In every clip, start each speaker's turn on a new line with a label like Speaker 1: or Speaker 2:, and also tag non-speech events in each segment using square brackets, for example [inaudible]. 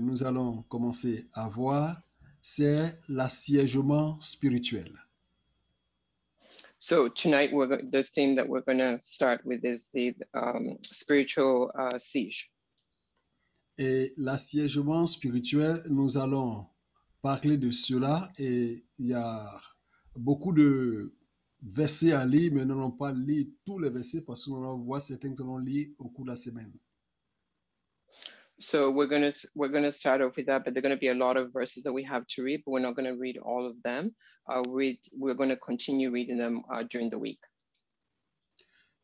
Speaker 1: nous allons commencer à voir, c'est l'assiègement spirituel.
Speaker 2: So tonight, we're go- the theme that we're going to start with is the um, spiritual uh, siege.
Speaker 1: Et l'assiègement spirituel, nous allons parler de cela et il y a beaucoup de versets à lire, mais nous n'allons pas lire tous les versets parce que nous allons voir certains que nous allons lire au cours de la semaine.
Speaker 2: So we're going to we're going to start off with that, but there are going to be a lot of verses that we have to read, but we're not going to read all of them. Uh, read, we're going to continue reading them uh, during the week.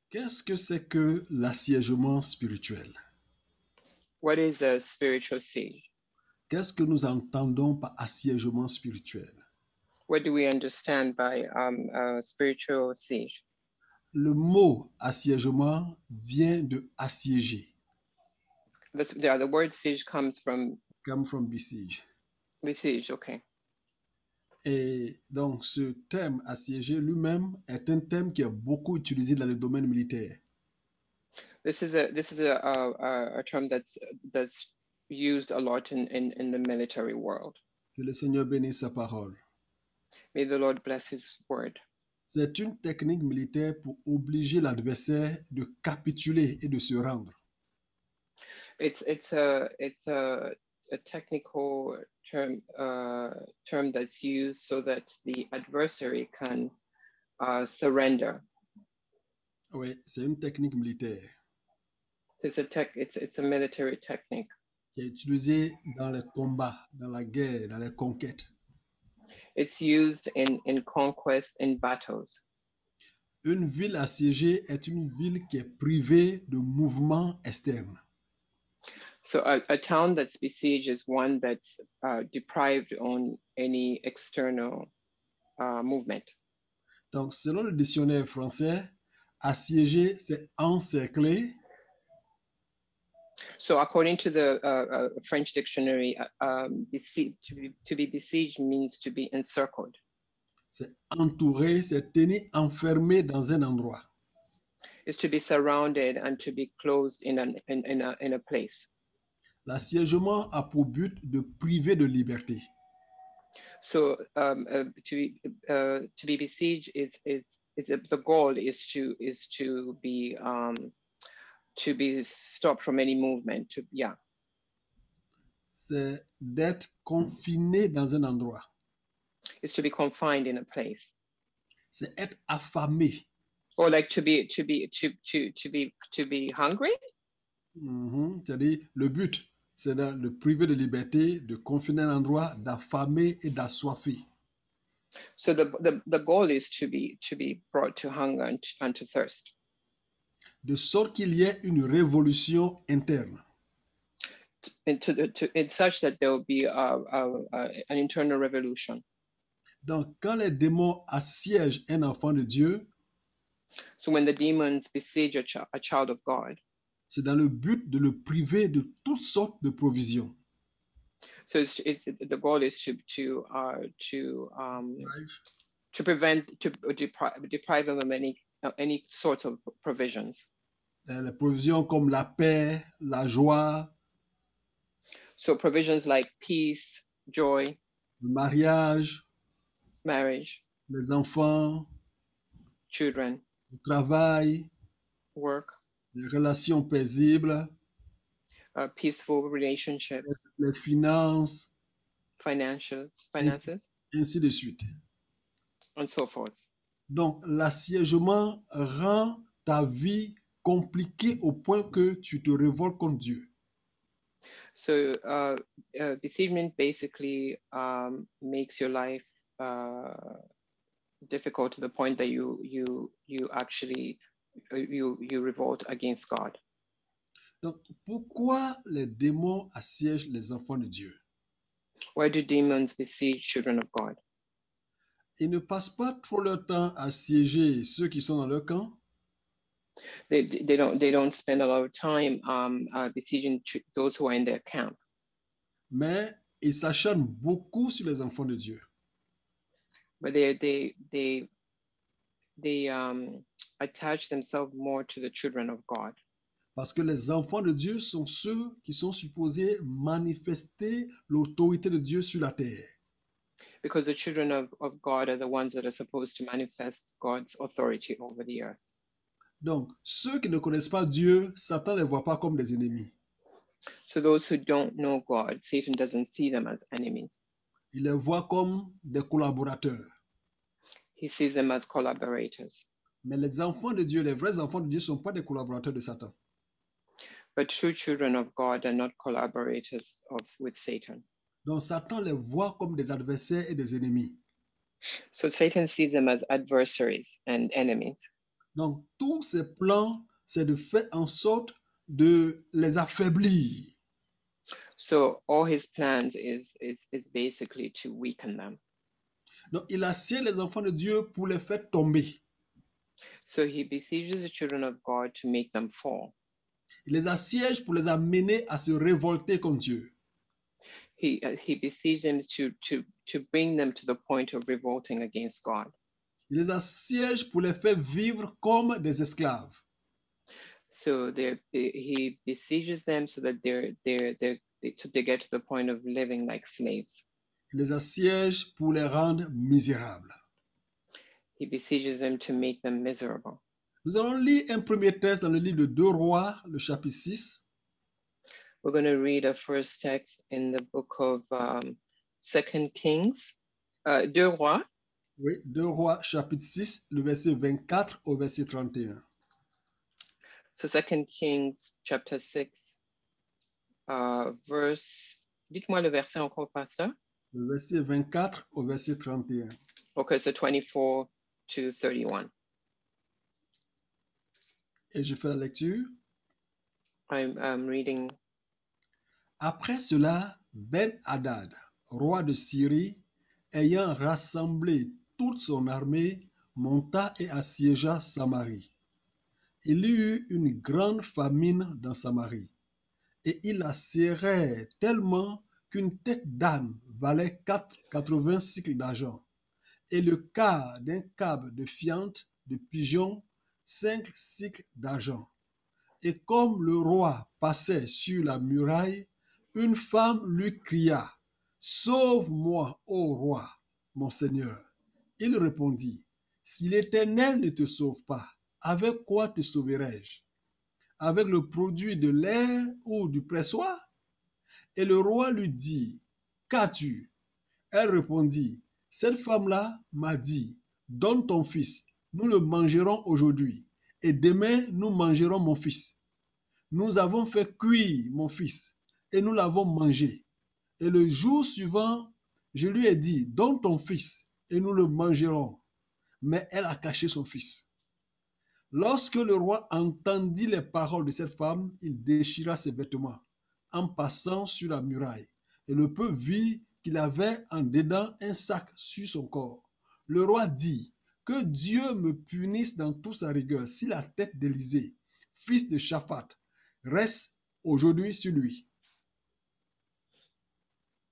Speaker 1: Qu'est-ce que c'est que l'assiègement spirituel
Speaker 2: What is a spiritual siege?
Speaker 1: Qu'est-ce que nous entendons par assiègement spirituel
Speaker 2: What do we understand by um, uh, spiritual siege?
Speaker 1: Le mot assiègement vient de assiéger,
Speaker 2: That's, yeah, the word siege comes from
Speaker 1: come from besiege.
Speaker 2: besiege. Okay.
Speaker 1: Et donc ce terme assiéger lui-même est un terme qui est beaucoup utilisé dans le domaine militaire.
Speaker 2: This is a this is a a- a, a term that's that's used a lot in, in in the military world.
Speaker 1: Que le Seigneur bénisse sa parole.
Speaker 2: May the Lord bless His word.
Speaker 1: C'est une technique militaire pour obliger l'adversaire de capituler et de se rendre.
Speaker 2: It's it's a it's a a technical term uh, term that's used so that the adversary can uh, surrender.
Speaker 1: Oui, c'est une technique militaire
Speaker 2: It's a tech. It's it's a military technique.
Speaker 1: qui est utilisée dans les combats, dans la guerre, dans les conquêtes.
Speaker 2: It's used in in conquest in battles.
Speaker 1: Une ville assiégée est une ville qui est privée de mouvements externes.
Speaker 2: So a, a town that's besieged is one that's uh, deprived on any external uh, movement.
Speaker 1: Donc, selon le dictionnaire français, assiéger, c'est encercler,
Speaker 2: So according to the uh, uh, French dictionary, uh, um, besiege, to, be, to be besieged means to be encircled.
Speaker 1: c'est entourer, c'est tenir enfermé dans un endroit.
Speaker 2: Is to be surrounded and to be closed in an in, in, a, in a place.
Speaker 1: L'assiègement a pour but de priver de liberté.
Speaker 2: So um, uh, to be uh, to be besieged is is is a, the goal is to is to be um, to be stopped from any movement. To yeah.
Speaker 1: C'est d'être confiné dans un endroit.
Speaker 2: is to be confined in a place
Speaker 1: C'est être affamé.
Speaker 2: or like to be to be to to to be to be hungry
Speaker 1: Mhm. C'est-à-dire, le but, c'est de le priver de liberté, de confiner un endroit, d'affamer et d'assoiffer.
Speaker 2: so the, the the goal is to be to be brought to hunger and to, and to thirst
Speaker 1: de sorte qu'il y ait une révolution interne.
Speaker 2: and to the to it's such that there will be a, a, a, an internal revolution
Speaker 1: Donc, quand les démons assiègent un enfant de Dieu,
Speaker 2: so when the demons besiege a, chi- a child of god
Speaker 1: c'est dans le but de le priver de toutes sortes de provisions.
Speaker 2: so it's, it's the goal is to to uh to um to prevent to deprive deprive them of any of any sort of provisions
Speaker 1: Euh, Les provisions comme la paix, la joie,
Speaker 2: so provisions like peace joy
Speaker 1: le mariage,
Speaker 2: marriage
Speaker 1: les enfants,
Speaker 2: children
Speaker 1: le travail,
Speaker 2: work,
Speaker 1: les relations paisibles,
Speaker 2: uh, peaceful relationships,
Speaker 1: les finances,
Speaker 2: financials, finances,
Speaker 1: ainsi de suite.
Speaker 2: and so forth.
Speaker 1: Donc, l'assiègement rend ta vie compliquée au point que tu te révoltes contre Dieu.
Speaker 2: So uh, uh, besiegement basically um, makes your life uh, difficult to the point that you you you actually uh, you you revolt against God.
Speaker 1: Donc, pourquoi les démons assiègent les enfants de Dieu
Speaker 2: Why do demons besiege children of God?
Speaker 1: Ils ne passent pas trop leur temps à siéger ceux qui sont dans leur camp,
Speaker 2: They they don't they don't spend a lot of time um, uh, besieging ch- those who are in their camp,
Speaker 1: mais ils s'acharnent beaucoup sur les enfants de Dieu.
Speaker 2: but they they they they um, attach themselves more to the children of God.
Speaker 1: Parce que les enfants de Dieu sont ceux qui sont supposés manifester l'autorité de Dieu sur la terre.
Speaker 2: because the children of, of God are the ones that are supposed to manifest God's authority over the earth.
Speaker 1: Donc, ceux qui ne connaissent pas Dieu, Satan ne les voit pas comme des ennemis.
Speaker 2: So those who don't know God, Satan doesn't see them as enemies.
Speaker 1: Il les voit comme des collaborateurs.
Speaker 2: He sees them as collaborators.
Speaker 1: Mais les enfants de Dieu, les vrais enfants de Dieu, ne sont pas des collaborateurs de Satan.
Speaker 2: But true children of God are not collaborators of, with Satan.
Speaker 1: Donc, Satan les voit comme des adversaires et des ennemis.
Speaker 2: So Satan sees them as adversaries and enemies.
Speaker 1: Donc, tous ces plans, c'est de faire en sorte de les affaiblir.
Speaker 2: So all his plans is, is, is basically to weaken them.
Speaker 1: Donc, il assied les enfants de Dieu pour les faire tomber.
Speaker 2: So he besieges the children of God to make them fall.
Speaker 1: Il les assiège pour les amener à se révolter contre Dieu.
Speaker 2: He, uh, he besieges them to, to, to bring them to the point of revolting against God.
Speaker 1: Il les assiège pour les faire vivre comme des esclaves.
Speaker 2: so they're, they- he besieges them so that they're they're they're they, to- they get to the point of living like slaves
Speaker 1: Il les assiège pour les rendre misérables.
Speaker 2: he besieges them to make them miserable
Speaker 1: Nous allons lire un premier texte dans le livre de 2 Rois, le chapitre 6,
Speaker 2: we're going to read a first text in the book of um, second kings uh, deux rois
Speaker 1: oui, 2 Rois, chapitre 6, le verset 24 au verset 31.
Speaker 2: so second kings chapter 6 uh, verse dites-moi le verset encore pasteur
Speaker 1: Le verset 24 au verset 31.
Speaker 2: okay so 24 to 31
Speaker 1: Et je fais la lecture.
Speaker 2: i'm, I'm reading
Speaker 1: Après cela, Ben-Hadad, roi de Syrie, ayant rassemblé toute son armée, monta et assiégea Samarie. Il y eut une grande famine dans Samarie, et il la serrait tellement qu'une tête d'âne valait 4 80 cycles d'argent, et le quart d'un câble de fiente de pigeon 5 cycles d'argent. Et comme le roi passait sur la muraille, une femme lui cria, Sauve-moi, ô roi, mon Seigneur. Il répondit, Si l'Éternel ne te sauve pas, avec quoi te sauverai-je Avec le produit de l'air ou du pressoir Et le roi lui dit, Qu'as-tu Elle répondit, Cette femme-là m'a dit, Donne ton fils, nous le mangerons aujourd'hui, et demain nous mangerons mon fils. Nous avons fait cuire mon fils, et nous l'avons mangé. Et le jour suivant, je lui ai dit, donne ton fils, et nous le mangerons. Mais elle a caché son fils. Lorsque le roi entendit les paroles de cette femme, il déchira ses vêtements en passant sur la muraille. Et le peuple vit qu'il avait en dedans un sac sur son corps. Le roi dit, que Dieu me punisse dans toute sa rigueur si la tête d'Élisée, fils de Shaphat, reste aujourd'hui sur lui.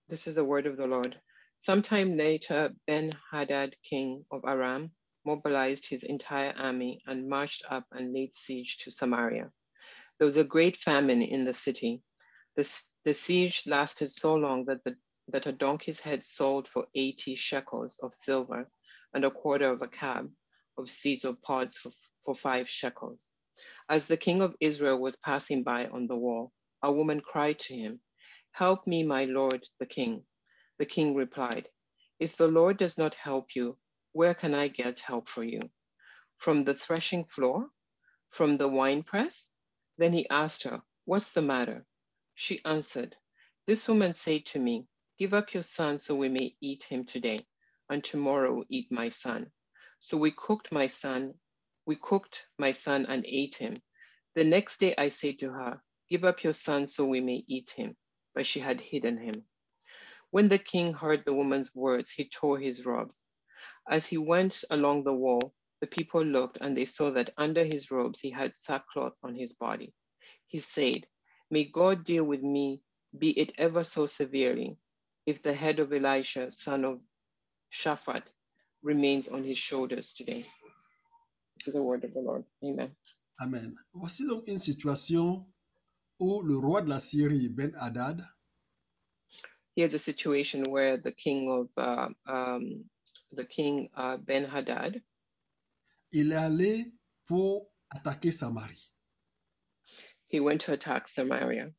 Speaker 2: This is the word of the Lord. Sometime later, Ben Hadad, king of Aram, mobilized his entire army and marched up and laid siege to Samaria. There was a great famine in the city. The, s- the siege lasted so long that, the, that a donkey's head sold for 80 shekels of silver and a quarter of a cab of seeds of pods for, for five shekels. As the king of Israel was passing by on the wall, a woman cried to him. Help me, my lord, the king. The king replied, If the Lord does not help you, where can I get help for you? From the threshing floor? From the winepress? Then he asked her, What's the matter? She answered, This woman said to me, Give up your son so we may eat him today, and tomorrow eat my son. So we cooked my son, we cooked my son and ate him. The next day I said to her, Give up your son so we may eat him but she had hidden him. When the king heard the woman's words, he tore his robes. As he went along the wall, the people looked and they saw that under his robes he had sackcloth on his body. He said, May God deal with me, be it ever so severely, if the head of Elisha, son of Shaphat, remains on his shoulders today. This is the word of the Lord. Amen.
Speaker 1: Amen. Voici donc une situation où le roi de la Syrie, Ben-Hadad,
Speaker 2: Here's a situation where the king of uh, um, the king uh, Ben Hadad,
Speaker 1: il est allé pour attaquer Samarie.
Speaker 2: he went to attack Samaria,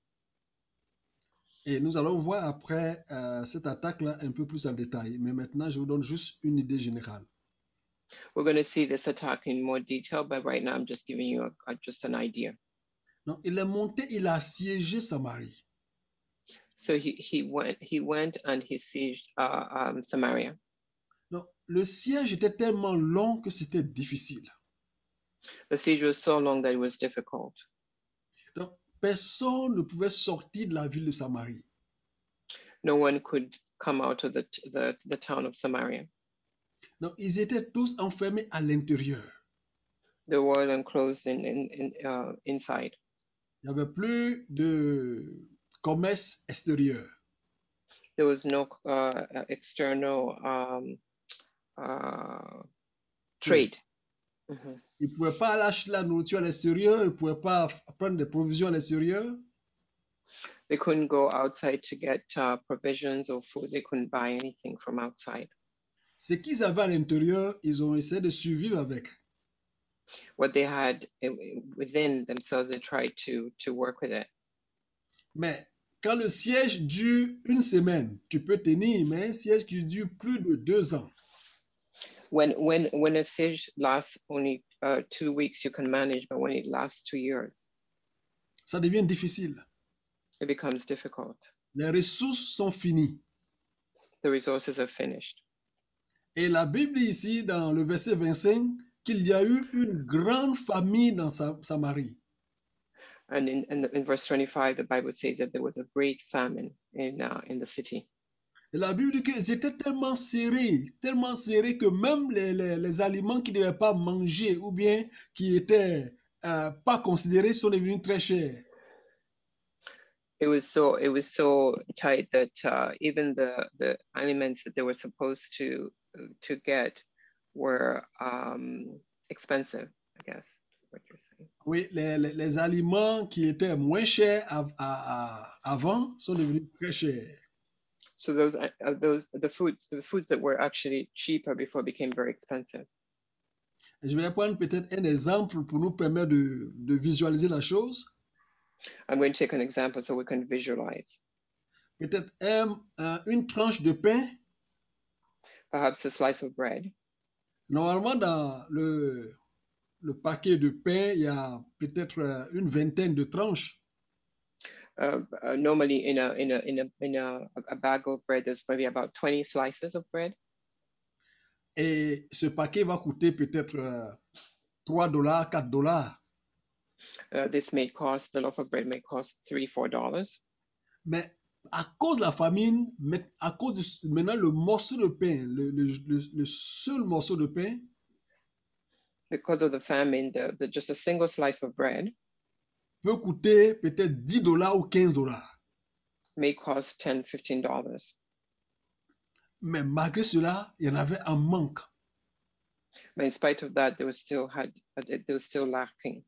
Speaker 1: Et nous allons voir après euh, cette attaque-là un peu plus en détail. Mais maintenant, je vous donne juste une idée générale.
Speaker 2: we're going to see this attack in more detail, but right now I'm just giving you a, a- just an idea.
Speaker 1: Donc, il est monté, il a assiégé Samarie.
Speaker 2: So he, he went he went and he sieged uh, um, Samaria.
Speaker 1: Donc, le siège était tellement long que c'était difficile.
Speaker 2: The siege was so long that it was difficult.
Speaker 1: Donc, personne ne pouvait sortir de la ville de Samarie.
Speaker 2: No one could come out of the the, the town of Samaria.
Speaker 1: Donc, ils étaient tous enfermés à l'intérieur.
Speaker 2: They were enclosed in in, in uh, inside.
Speaker 1: Il n'y avait plus de commerce extérieur.
Speaker 2: There was no uh, external um, uh,
Speaker 1: Hmm.
Speaker 2: trade. Mhm.
Speaker 1: Ils ne pouvaient pas aller acheter la nourriture à l'extérieur, ils ne pouvaient pas f- prendre des provisions à l'extérieur.
Speaker 2: They couldn't go outside to get uh, provisions or food. They couldn't buy anything from outside.
Speaker 1: Ce qu'ils avaient à l'intérieur, ils ont essayé de survivre avec.
Speaker 2: What they had eh, within themselves, they tried to to work with it.
Speaker 1: Mais quand le siège dure une semaine, tu peux tenir, mais un siège qui dure plus de deux ans,
Speaker 2: when when when a siege lasts only uh, two weeks you can manage but when it lasts two years
Speaker 1: ça devient difficile.
Speaker 2: it becomes difficult
Speaker 1: Les ressources sont finies.
Speaker 2: the resources are finished
Speaker 1: Et la Bible dit ici, dans le verset 25, qu'il y a eu une grande famine dans Sa- Samarie.
Speaker 2: and in, in, in verse 25 the bible says that there was a great famine in uh, in the city
Speaker 1: Et la Bible dit qu'ils étaient tellement serrés, tellement serrés que même les, les- les aliments qu'ils ne devaient pas manger ou bien qui étaient euh, pas considérés sont devenus très chers.
Speaker 2: it was so it was so tight that uh, even the the aliments that they were supposed to to get were um expensive i guess is what you're saying
Speaker 1: Oui, les, les- les aliments qui étaient moins chers av- à- à- avant sont devenus très chers.
Speaker 2: so those uh, uh, those the foods the foods that were actually cheaper before became very expensive
Speaker 1: Je vais prendre peut-être un exemple pour nous permettre de, de visualiser la chose.
Speaker 2: I'm going to take an example so we can visualize.
Speaker 1: Peut-être un- un- une tranche de pain.
Speaker 2: Perhaps a slice of bread.
Speaker 1: Normalement, dans le, le paquet de pain, il y a peut-être euh, une vingtaine de tranches.
Speaker 2: Uh, uh, normally, in a in a in a in a, a bag of bread, there's maybe about 20 slices of bread,
Speaker 1: Et ce paquet va coûter peut-être euh, 3 dollars, 4 dollars.
Speaker 2: Uh, this may cost the loaf of bread may cost three four dollars.
Speaker 1: Mais à cause de la famine, mais- à cause de ce- maintenant le morceau de pain, le, le- le- le seul morceau de pain,
Speaker 2: Because of the famine, the, the just a single slice of bread
Speaker 1: peut coûter peut-être 10 dollars ou 15 dollars.
Speaker 2: may cost 10 15 dollars.
Speaker 1: Mais malgré cela, il y en avait un manque.
Speaker 2: But in spite of that, they were still had uh, they they were still lacking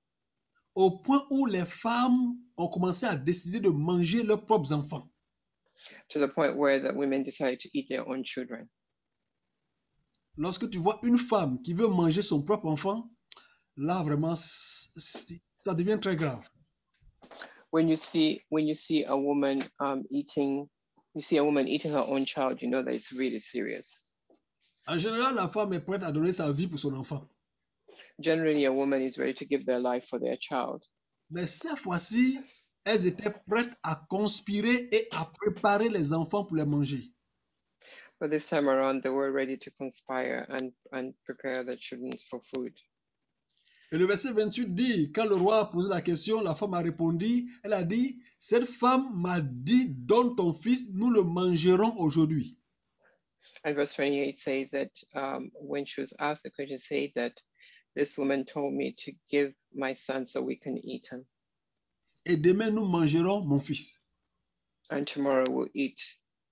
Speaker 1: Au point où les femmes ont commencé à décider de manger leurs propres enfants.
Speaker 2: to the point where the women decided to eat their own children.
Speaker 1: Lorsque tu vois une femme qui veut manger son propre enfant, là vraiment, c- c- ça devient très grave.
Speaker 2: when you see when you see a woman um, eating you see a woman eating her own child you know that it's really serious
Speaker 1: En général, la femme est prête à donner sa vie pour son enfant.
Speaker 2: generally a woman is ready to give their life for their child
Speaker 1: Mais cette fois-ci, elles étaient prêtes à conspirer et à préparer les enfants pour les manger.
Speaker 2: but this time around they were ready to conspire and and prepare their children for food
Speaker 1: Et le verset 28 dit, quand le roi a posé la question, la femme a répondu, elle a dit, cette femme m'a dit, donne ton fils, nous le mangerons aujourd'hui.
Speaker 2: and verse 28 says that um, when she was asked the question she said that this woman told me to give my son so we can eat him
Speaker 1: Et demain, nous mangerons mon fils.
Speaker 2: and tomorrow we'll eat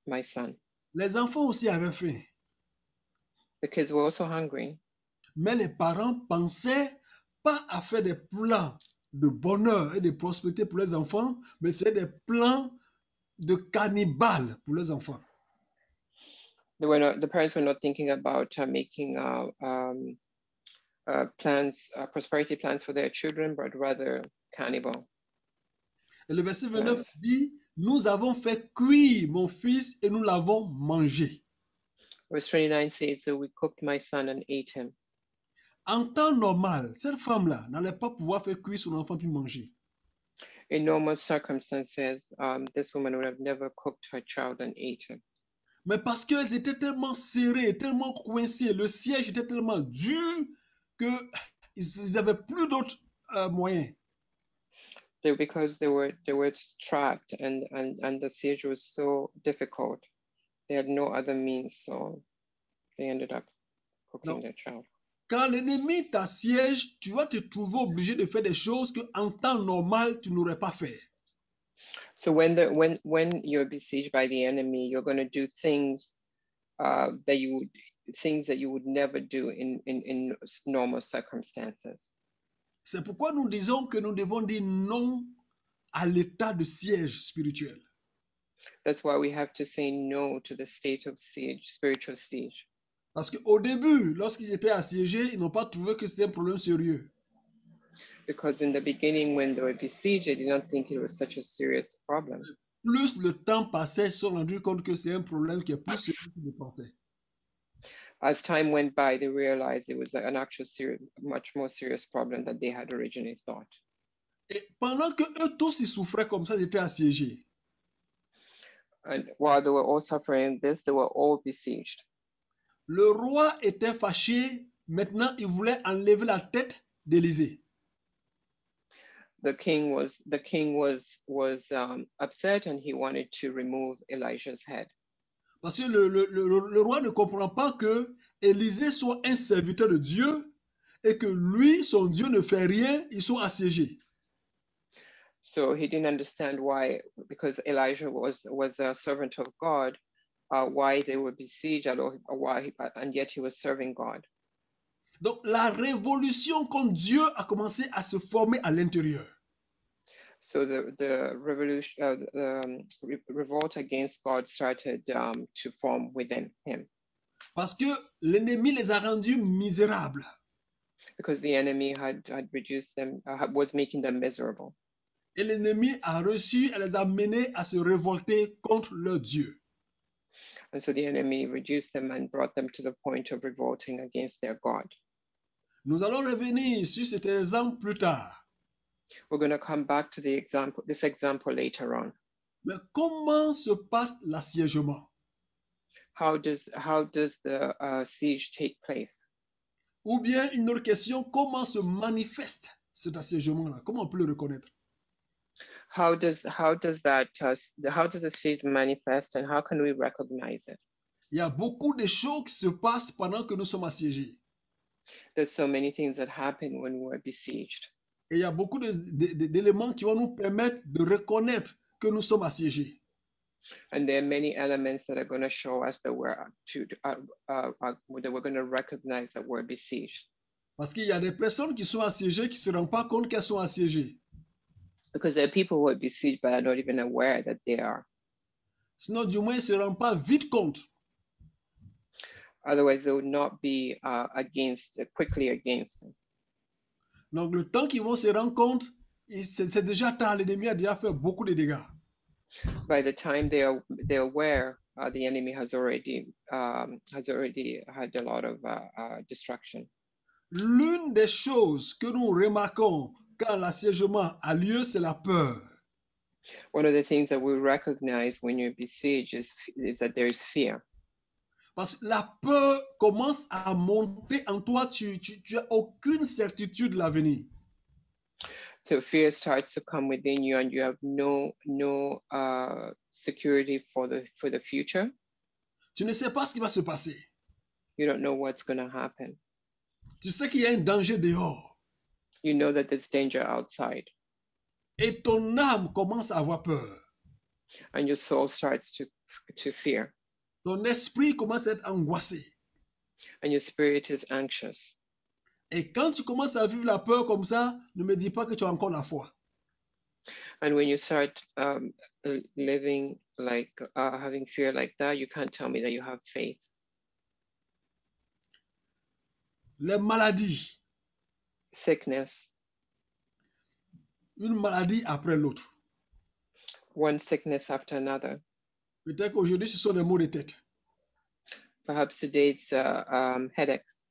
Speaker 2: my son
Speaker 1: Les enfants aussi avaient faim,
Speaker 2: the kids were also hungry
Speaker 1: mais les parents pensaient pas à faire des plans de bonheur et de prospérité pour les enfants, mais faire des plans de cannibales pour les enfants.
Speaker 2: They were not, the parents were not thinking about uh, making uh, um, uh, plans, uh, prosperity plans for their children, but rather cannibal.
Speaker 1: Et le verset 29 dit, nous avons fait cuire mon fils et nous l'avons mangé.
Speaker 2: Verse 29 says, So we cooked my son and ate him.
Speaker 1: En temps normal, cette femme-là n'allait pas pouvoir faire cuire son enfant puis manger.
Speaker 2: In normal circumstances, um, this woman would have never cooked her child and ate him.
Speaker 1: Mais parce qu'elles étaient tellement serrées, tellement coincées, le siège était tellement dur [laughs] qu'ils n'avaient plus d'autres euh, moyens.
Speaker 2: They, because they were they were trapped and, and, and the siege was so difficult, they had no other means, so they ended up cooking
Speaker 1: No.
Speaker 2: their child.
Speaker 1: Quand l'ennemi t'assiège, tu vas te trouver obligé de faire des choses que en temps normal, tu n'aurais pas fait.
Speaker 2: So when the when when you're besieged by the enemy, you're going to do things uh, that you would things that you would never do in in in s- normal circumstances.
Speaker 1: C'est pourquoi nous disons que nous devons dire non à l'état de siège spirituel.
Speaker 2: That's why we have to say no to the state of siege, spiritual siege.
Speaker 1: Parce qu'au début, lorsqu'ils étaient assiégés, ils n'ont pas trouvé que c'était un problème sérieux.
Speaker 2: Because in the beginning, when they were besieged, they did not think it was such a serious problem.
Speaker 1: Plus le temps passait, ils se sont rendus compte que c'est un problème qui est plus sérieux qu'ils ne pensaient.
Speaker 2: As time went by, they realized it was an actual serious, much more serious problem that they had originally thought.
Speaker 1: Et pendant que eux tous ils souffraient comme ça, ils étaient assiégés.
Speaker 2: And while they were all suffering this, they were all besieged.
Speaker 1: Le roi était fâché. Maintenant, il voulait enlever la tête d'Élysée.
Speaker 2: the king was the king was was um, upset and he wanted to remove Elijah's head
Speaker 1: Parce que le, le- le- le roi ne comprend pas que Élysée soit un serviteur de Dieu et que lui, son Dieu, ne fait rien. Ils sont assiégés.
Speaker 2: so he didn't understand why because Elijah was was a servant of God uh, why they were besieged and or why and yet he was serving God
Speaker 1: Donc, la révolution contre Dieu a commencé à se former à l'intérieur.
Speaker 2: so the the revolution uh, the um, re- revolt against God started um, to form within him
Speaker 1: Parce que l'ennemi les a rendus misérables.
Speaker 2: because the enemy had had reduced them uh, was making them miserable
Speaker 1: Et l'ennemi a reçu, elle les a menés à se révolter contre leur Dieu.
Speaker 2: and so the enemy reduced them and brought them to the point of revolting against their God
Speaker 1: Nous allons revenir sur cet exemple plus tard.
Speaker 2: We're going to come back to the example, this example later on.
Speaker 1: Mais comment se passe l'assiégement
Speaker 2: How does how does the uh, siege take place?
Speaker 1: Ou bien une autre question, comment se manifeste cet assiégement-là Comment on peut le reconnaître
Speaker 2: How does how does that uh, s- how does the siege manifest, and how can we recognize it?
Speaker 1: Il y a beaucoup de choses qui se passent pendant que nous sommes assiégés.
Speaker 2: There's so many things that happen when we're besieged,
Speaker 1: Et il y a beaucoup de- de- de- d'éléments qui vont nous permettre de reconnaître que nous sommes assiégés.
Speaker 2: and there are many elements that are going to show us that we're up to uh, uh, uh, that we're going to recognize that we're besieged.
Speaker 1: Parce qu'il y a des personnes qui sont assiégées qui ne se rendent pas compte qu'elles sont assiégées.
Speaker 2: Because there are people who are besieged but are not even aware that they are.
Speaker 1: Sinon, du moins, ils ne se rendent pas vite compte.
Speaker 2: Otherwise, they would not be uh, against quickly against. Them.
Speaker 1: Donc, le temps qu'ils vont se rendre compte, il- c'est c'est déjà tard. L'ennemi a déjà fait beaucoup de dégâts.
Speaker 2: by the time they are they're aware uh, the enemy has already um, has already had a lot of uh, uh, destruction
Speaker 1: L'une des choses que nous remarquons quand l'assiégement a lieu, c'est la peur.
Speaker 2: one of the things that we recognize when you're besieged is, f- is that there is fear
Speaker 1: Parce que la peur commence à monter en toi. Tu n'as aucune certitude de l'avenir.
Speaker 2: so fear starts to come within you and you have no no uh, security for the for the future
Speaker 1: Tu ne sais pas ce qui va se passer.
Speaker 2: you don't know what's going to happen
Speaker 1: Tu sais qu'il y a un danger dehors.
Speaker 2: you know that there's danger outside
Speaker 1: Et ton âme commence à avoir peur.
Speaker 2: and your soul starts to to fear
Speaker 1: Ton esprit commence à être angoissé.
Speaker 2: and your spirit is anxious
Speaker 1: Et quand tu commences à vivre la peur comme ça, ne me dis pas que tu as encore la foi.
Speaker 2: And when you start um, l- living like uh, having fear like that, you can't tell me that you have faith.
Speaker 1: Les maladies,
Speaker 2: Sickness,
Speaker 1: une maladie après l'autre.
Speaker 2: one sickness after another.
Speaker 1: Peut-être qu'aujourd'hui, ce sont des maux de tête.
Speaker 2: Perhaps today it's uh, um, headaches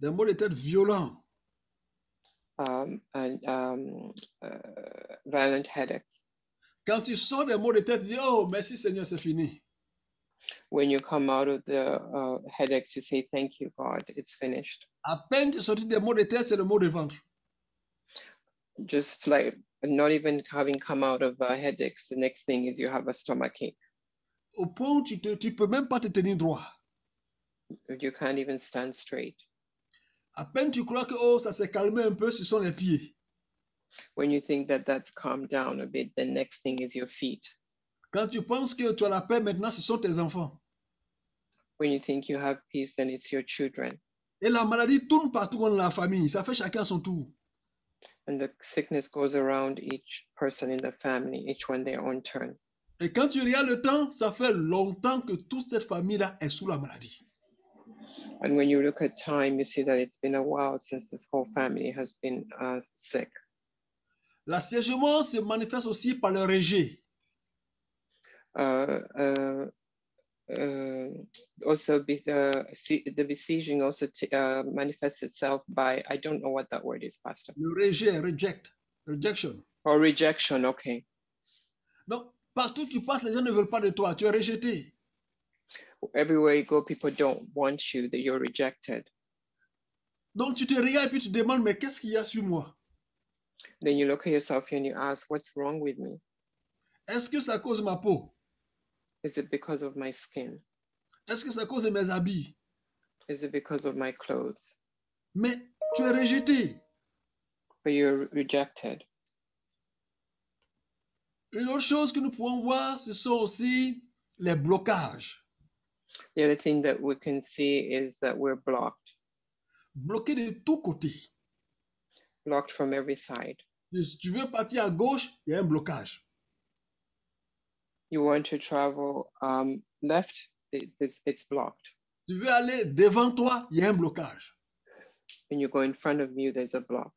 Speaker 1: Des maux de tête violents.
Speaker 2: um, and um, uh, violent headaches.
Speaker 1: Quand tu sors des maux de tête, tu dis, oh, merci Seigneur, c'est fini.
Speaker 2: When you come out of the uh, headaches, you say, Thank you, God, it's finished.
Speaker 1: À peine tu es sorti des maux de tête, c'est le mot de ventre.
Speaker 2: Just like not even having come out of uh, headaches, the next thing is you have a stomachache.
Speaker 1: Au point où tu ne peux même pas te tenir droit.
Speaker 2: You can't even stand straight.
Speaker 1: À peine tu crois que, oh, ça s'est calmé un peu, ce sont les pieds.
Speaker 2: when you think that that's calmed down a bit, the next thing is your feet.
Speaker 1: Quand tu penses que tu as la paix maintenant, ce sont tes enfants.
Speaker 2: When you think you have peace, then it's your children.
Speaker 1: Et la maladie tourne partout dans la famille. Ça fait chacun son tour.
Speaker 2: And the sickness goes around each person in the family, each one their own turn.
Speaker 1: Et quand tu regardes le temps, ça fait longtemps que toute cette famille-là est sous la maladie.
Speaker 2: And when you look at time, you see that it's been a while since this whole family has been uh, sick.
Speaker 1: L'assiégement se manifeste aussi par le rejet.
Speaker 2: Uh, uh, uh, also, be, uh, see, the besieging also t- uh, manifests itself by, I don't know what that word is, Pastor,
Speaker 1: Le rejet, reject, rejection.
Speaker 2: or rejection, okay.
Speaker 1: Donc, partout où tu passes, les gens ne veulent pas de toi. Tu es rejeté.
Speaker 2: Everywhere you go, people don't want you, that you're rejected.
Speaker 1: Donc, tu te regardes et puis tu te demandes, mais qu'est-ce qu'il y a sur moi
Speaker 2: then you look at yourself and you ask, what's wrong with me?
Speaker 1: Est-ce que ça cause ma peau
Speaker 2: Is it because of my skin?
Speaker 1: Est-ce que ça cause mes habits
Speaker 2: Is it because of my clothes?
Speaker 1: Mais tu es rejeté.
Speaker 2: But you're rejected.
Speaker 1: Une autre chose que nous pouvons voir, ce sont aussi les blocages.
Speaker 2: The other thing that we can see is that we're blocked,
Speaker 1: Bloqués de tous côtés.
Speaker 2: blocked from every side.
Speaker 1: Si tu veux partir à gauche, il y a un blocage.
Speaker 2: You want to travel um, left, it- it's, it's blocked.
Speaker 1: Tu veux aller devant toi, il y a un blocage.
Speaker 2: When you go in front of you, there's a block.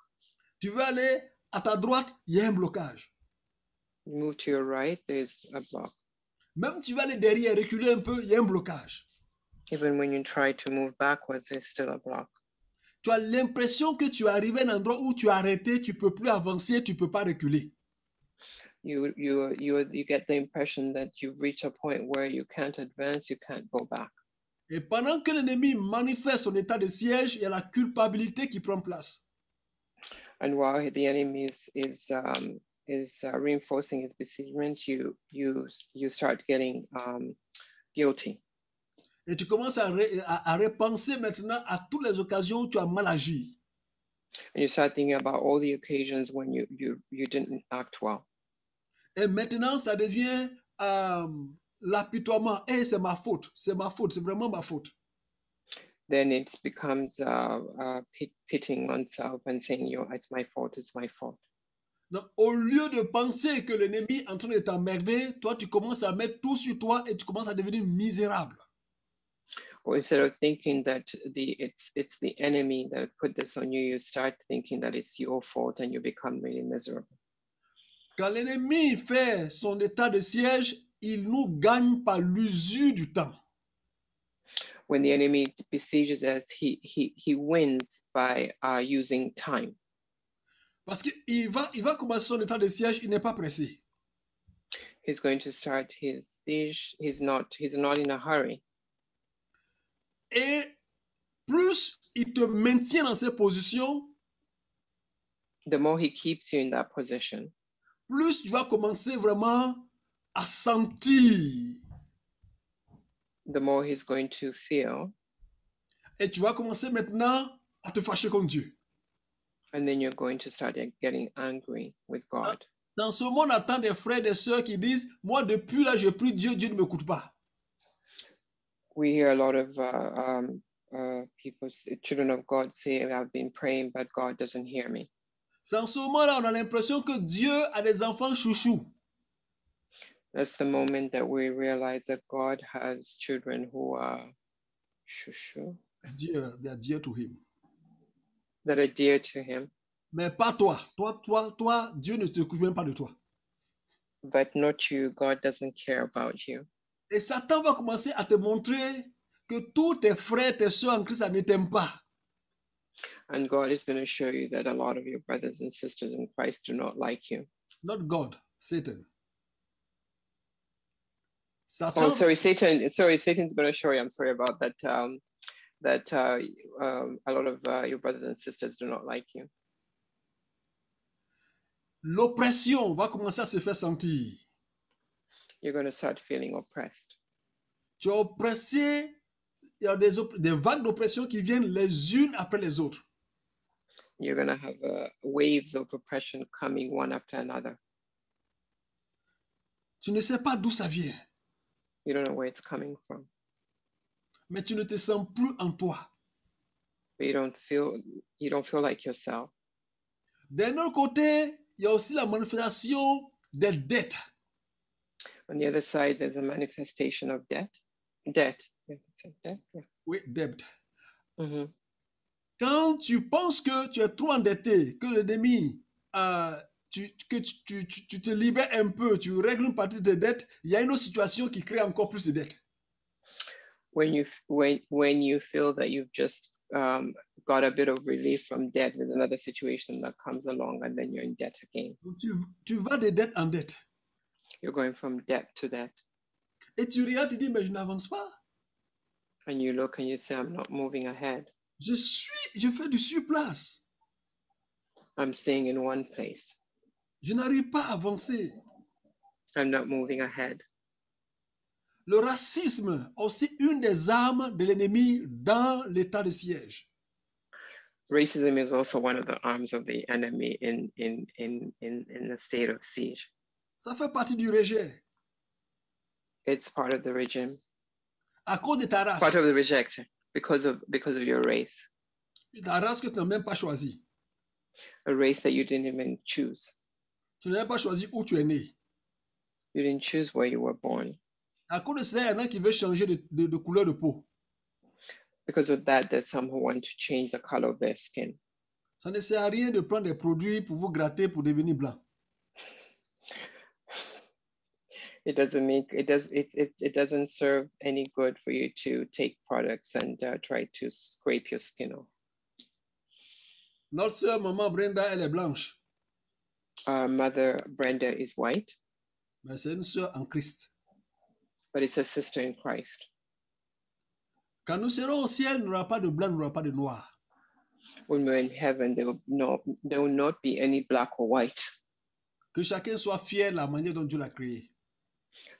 Speaker 1: Tu veux aller à ta droite, il y a un blocage.
Speaker 2: You move to your right, there's a block.
Speaker 1: Même tu veux aller derrière, reculer un peu, il y a un blocage.
Speaker 2: Even when you try to move backwards, there's still a block.
Speaker 1: Tu as l'impression que tu es arrivé à un endroit où tu es arrêté, tu peux plus avancer, tu peux pas reculer.
Speaker 2: You, you, you, you get the impression that you've reached a point where you can't advance, you can't go back.
Speaker 1: Et pendant que l'ennemi manifeste son état de siège, il y a la culpabilité qui prend place.
Speaker 2: and while the enemy is is um, is uh, reinforcing his besiegement, you you you start getting um, guilty,
Speaker 1: Et tu commences à, ré- à- à repenser maintenant à toutes les occasions où tu as mal agi.
Speaker 2: and you start thinking about all the occasions when you you you didn't act well,
Speaker 1: Et maintenant, ça devient euh, l'apitoiement. Eh, c'est ma faute, c'est ma faute, c'est vraiment ma faute.
Speaker 2: then it becomes uh, uh, pit, pitting oneself and saying, "You, it's my fault. It's my fault."
Speaker 1: Donc, au lieu de penser que l'ennemi est en train de t'emmerder, toi, tu commences à mettre tout sur toi et tu commences à devenir misérable.
Speaker 2: Or instead of thinking that the it's it's the enemy that put this on you, you start thinking that it's your fault, and you become really miserable.
Speaker 1: Quand l'ennemi fait son état de siège, il nous gagne par l'usure du temps.
Speaker 2: when the enemy besieges us, he he he wins by uh, using time
Speaker 1: Parce qu'il va, il va commencer son état de siège, il n'est pas pressé.
Speaker 2: he's going to start his siege he's not he's not in a hurry
Speaker 1: Et plus il te maintient dans cette position,
Speaker 2: the more he keeps you in that position
Speaker 1: plus tu vas commencer vraiment à sentir
Speaker 2: the more he's going to feel
Speaker 1: et tu vas commencer maintenant à te fâcher contre Dieu.
Speaker 2: and then you're going to start get- getting angry with god
Speaker 1: Dans ce monde, on attend des frères et des sœurs qui disent Moi, depuis là, je prie Dieu, Dieu ne m'écoute pas.
Speaker 2: we hear a lot of uh, um, uh, people, say- children of God, say, I've been praying, but God doesn't hear me.
Speaker 1: C'est en ce moment-là, on a l'impression que Dieu a des enfants chouchous.
Speaker 2: That's the moment that we realize that God has children who are shushu,
Speaker 1: Dieu, they are dear to him.
Speaker 2: that are dear to Him,
Speaker 1: Mais pas toi. Toi, toi, toi, Dieu ne te coupe même pas de toi.
Speaker 2: but not you. God doesn't care about you.
Speaker 1: Et Satan va commencer à te montrer que tous tes frères, tes soeurs en Christ ça ne t'aiment pas.
Speaker 2: And God is going to show you that a lot of your brothers and sisters in Christ do not like you.
Speaker 1: Not God, Satan. Satan,
Speaker 2: Oh, sorry, Satan. Sorry, Satan's going to show you. I'm sorry about that. Um, that uh, um, a lot of uh, your brothers and sisters do not like you.
Speaker 1: l'oppression va commencer à se faire sentir.
Speaker 2: You're going to start feeling oppressed.
Speaker 1: Tu es oppressé. Il y a des, op- des vagues d'oppression qui viennent les unes après les autres.
Speaker 2: You're going to have uh, waves of oppression coming one after another.
Speaker 1: Tu ne sais pas d'où ça vient,
Speaker 2: You don't know where it's coming from.
Speaker 1: mais tu ne te sens plus en toi.
Speaker 2: But you don't feel you don't feel like yourself.
Speaker 1: D'un autre côté, il y a aussi la manifestation des dettes.
Speaker 2: On the other side, there's a manifestation of debt. Debt. Yeah, that's it, debt. Yeah.
Speaker 1: Oui, dettes.
Speaker 2: hmm
Speaker 1: Quand tu penses que tu es trop endetté, que l'ennemi, euh, tu, que tu, tu- tu- tu te libères un peu, tu règles une partie de tes dettes, il y a une autre situation qui crée encore plus de dettes.
Speaker 2: When you f- when when you feel that you've just um, got a bit of relief from debt, there's another situation that comes along, and then you're in debt again.
Speaker 1: Donc tu, tu vas de dette en dette.
Speaker 2: You're going from debt to debt,
Speaker 1: Et tu regardes, tu dis, mais je n'avance pas.
Speaker 2: and you look and you say, "I'm not moving ahead.
Speaker 1: Je suis, je fais du surplace.
Speaker 2: I'm staying in one place.
Speaker 1: Je n'arrive pas à avancer.
Speaker 2: I'm not moving ahead."
Speaker 1: Le racisme, aussi une des armes de l'ennemi dans l'état de siège.
Speaker 2: Racism is also one of the arms of the enemy in in in in, in the state of siege.
Speaker 1: Ça fait partie du rejet.
Speaker 2: It's part of the regime.
Speaker 1: à cause de ta race,
Speaker 2: part of the rejection because of because of your race
Speaker 1: ta race que tu n'as même pas choisie.
Speaker 2: a race that you didn't even choose
Speaker 1: Tu n'as même pas choisi où tu es né.
Speaker 2: you didn't choose where you were born
Speaker 1: À cause de cela, il y en a qui veulent changer de, de- de couleur de peau.
Speaker 2: because of that there's some who want to change the color of their skin
Speaker 1: Ça ne sert à rien de prendre des produits pour vous gratter pour devenir blanc.
Speaker 2: it doesn't make it does it it, it doesn't serve any good for you to take products and uh, try to scrape your skin off
Speaker 1: Notre sœur, maman Brenda, elle est blanche,
Speaker 2: uh, mother brenda is white
Speaker 1: mais c'est une sœur en Christ.
Speaker 2: but it's a sister in christ
Speaker 1: Quand nous serons au ciel, il n'y aura pas de blanc, il n'y aura pas de noir.
Speaker 2: when we're in heaven there will no there will not be any black or white
Speaker 1: Que chacun soit fier de la manière dont Dieu l'a créé.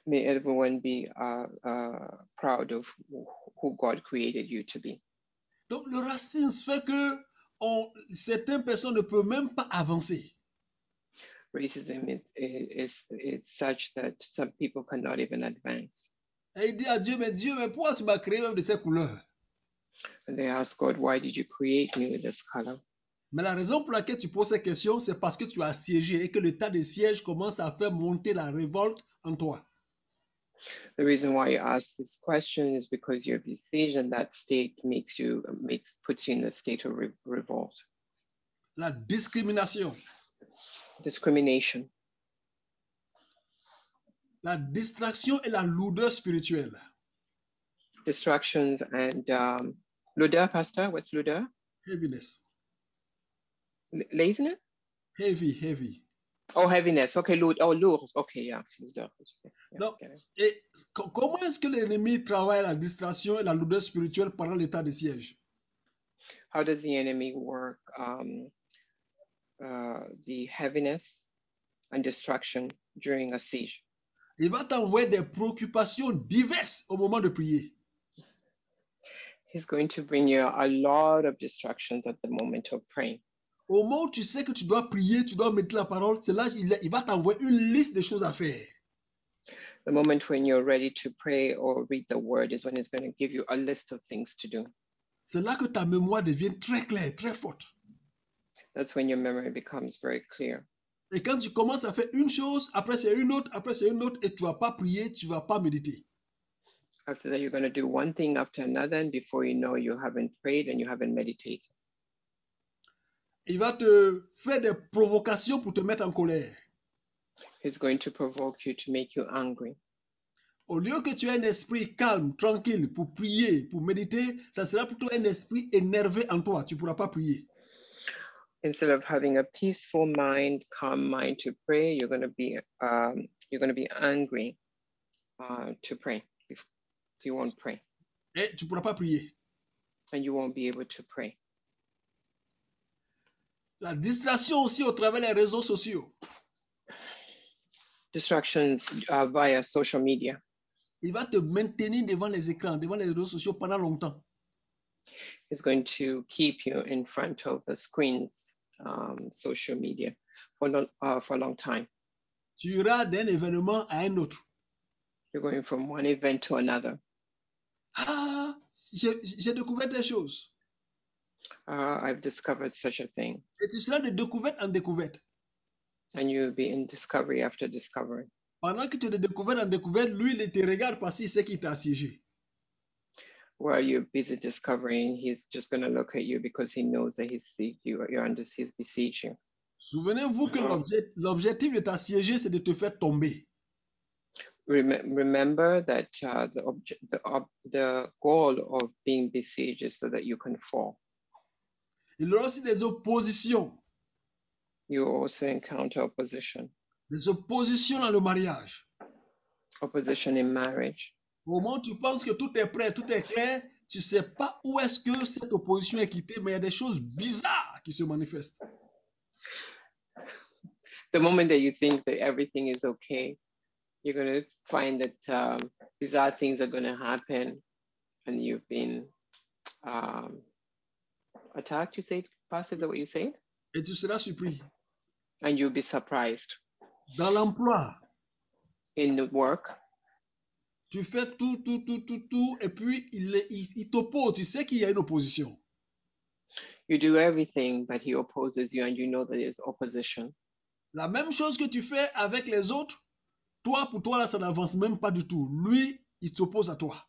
Speaker 2: may everyone be uh, uh, proud of who- who god created you to be
Speaker 1: Donc le racisme fait que on- certaines personnes ne peuvent même pas avancer.
Speaker 2: racism is, is, is such that some people cannot even advance.
Speaker 1: Et il dit à Dieu, mais Dieu, mais pourquoi tu m'as créé même de ces couleurs
Speaker 2: And they ask God, why did you create me with this color?
Speaker 1: Mais la raison pour laquelle tu poses cette question, c'est parce que tu as siégé et que le tas de siège commence à faire monter la révolte en toi.
Speaker 2: The reason why you ask this question is because you're besieged and that state makes you, makes, puts you in the state of re- revolt.
Speaker 1: La discrimination,
Speaker 2: Discrimination,
Speaker 1: la distraction et la lourdeur spirituelle.
Speaker 2: distractions, and um, Luda, Pastor, what's Luda?
Speaker 1: Heaviness.
Speaker 2: L- laziness?
Speaker 1: Heavy, heavy.
Speaker 2: Oh, heaviness. Okay, Lud. Oh, Lourdes. Okay, yeah. Luda. Yeah,
Speaker 1: Donc,
Speaker 2: okay.
Speaker 1: et co- comment est-ce que l'ennemi travaille la distraction et la lourdeur spirituelle pendant l'état de siège
Speaker 2: How does the enemy work um, uh, the heaviness and destruction during a siege?
Speaker 1: Il va t'envoyer des préoccupations diverses au moment de prier.
Speaker 2: He's going to bring you a lot of distractions at the moment of praying.
Speaker 1: Au moment où tu sais que tu dois prier, tu dois mettre la parole, c'est là qu'il il va t'envoyer une liste de choses à faire.
Speaker 2: The moment when you're ready to pray or read the word is when he's going to give you a list of things to do.
Speaker 1: C'est là que ta mémoire devient très claire, très forte.
Speaker 2: That's when your memory becomes very clear.
Speaker 1: Et quand tu commences à faire une chose, après c'est une autre, après c'est une autre, et tu vas pas prier, tu vas pas méditer.
Speaker 2: After that, you're going to do one thing after another, and before you know, you haven't prayed and you haven't meditated.
Speaker 1: Il va te faire des provocations pour te mettre en colère.
Speaker 2: He's going to provoke you to make you angry.
Speaker 1: Au lieu que tu aies un esprit calme, tranquille, pour prier, pour méditer, ça sera plutôt un esprit énervé en toi. Tu pourras pas prier.
Speaker 2: Instead of having a peaceful mind, calm mind to pray, you're going to be um, you're going to be angry uh, to pray. If you won't pray,
Speaker 1: Et tu pourras pas prier.
Speaker 2: and you won't be able to pray.
Speaker 1: La distraction aussi au travers des réseaux sociaux.
Speaker 2: Distraction uh, via social media.
Speaker 1: Il va te maintenir devant les écrans, devant les réseaux sociaux pendant longtemps.
Speaker 2: is going to keep you in front of the screens, um, social media, for non, uh, for a long time.
Speaker 1: Tu iras d'un événement à un autre.
Speaker 2: You're going from one event to another.
Speaker 1: Ah, j'ai j'ai découvert des choses.
Speaker 2: Uh, I've discovered such a thing,
Speaker 1: Et tu seras de découverte en découverte.
Speaker 2: and you'll be in discovery after discovery.
Speaker 1: Pendant que tu es de découverte en découverte, lui, il te regarde parce qu'il sait qu'il t'a assiégé.
Speaker 2: While you're busy discovering, he's just going to look at you because he knows that he's see you. You're under his besiege you.
Speaker 1: Souvenez-vous que l'objet- l'objectif de t'assiéger, c'est de te faire tomber.
Speaker 2: Rem- remember that uh, the obje- the ob- the goal of being besieged is so that you can fall.
Speaker 1: Il y aura aussi des oppositions.
Speaker 2: You also encounter opposition,
Speaker 1: Des oppositions dans le mariage.
Speaker 2: opposition in marriage.
Speaker 1: Au moment où tu penses que tout est prêt, tout est clair, tu ne sais pas où est-ce que cette opposition est quittée, mais il y a des choses bizarres qui se manifestent.
Speaker 2: the moment that you think that everything is okay, you're gonna find that um, bizarre things are gonna happen, and you've been um, attacked. You say, Pastor, is that what you say?
Speaker 1: Et tu seras surpris.
Speaker 2: And you'll be surprised
Speaker 1: Dans l'emploi,
Speaker 2: in the work.
Speaker 1: tu fais tout, tout, tout, tout, tout, et puis il, est- il, il t'oppose. Tu sais qu'il y a une opposition.
Speaker 2: You do everything, but he opposes you, and you know that there's opposition.
Speaker 1: La même chose que tu fais avec les autres, toi, pour toi, là, ça n'avance même pas du tout. Lui, il s'oppose à toi.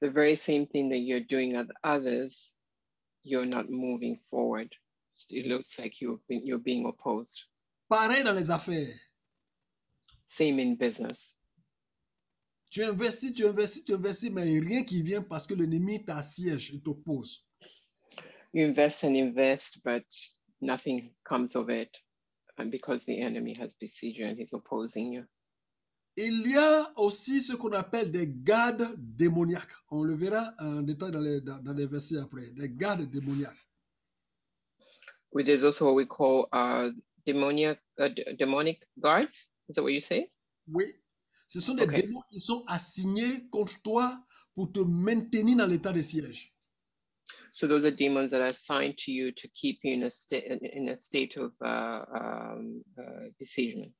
Speaker 2: The very same thing that you're doing at others, you're not moving forward. It looks like you've been, you're being opposed.
Speaker 1: Pareil dans les affaires.
Speaker 2: Same in business.
Speaker 1: Tu investis, tu investis, tu investis, mais rien qui vient parce que l'ennemi t'assiège, il t'oppose.
Speaker 2: you invest and invest, but nothing comes of it. And because the enemy has besieged you and he's opposing you.
Speaker 1: Il y a aussi ce qu'on appelle des gardes démoniaques. On le verra en détail dans les, dans- dans les versets après. Des gardes démoniaques.
Speaker 2: Which is also what we call uh, demoniac, uh, d- demonic guards. Is that what you say?
Speaker 1: Oui. Ce sont des
Speaker 2: Ok.
Speaker 1: démons qui sont assignés contre toi pour te maintenir dans l'état de siège.
Speaker 2: So those are demons that are assigned to you to keep you in a state in a state of uh, um, uh, besiegement.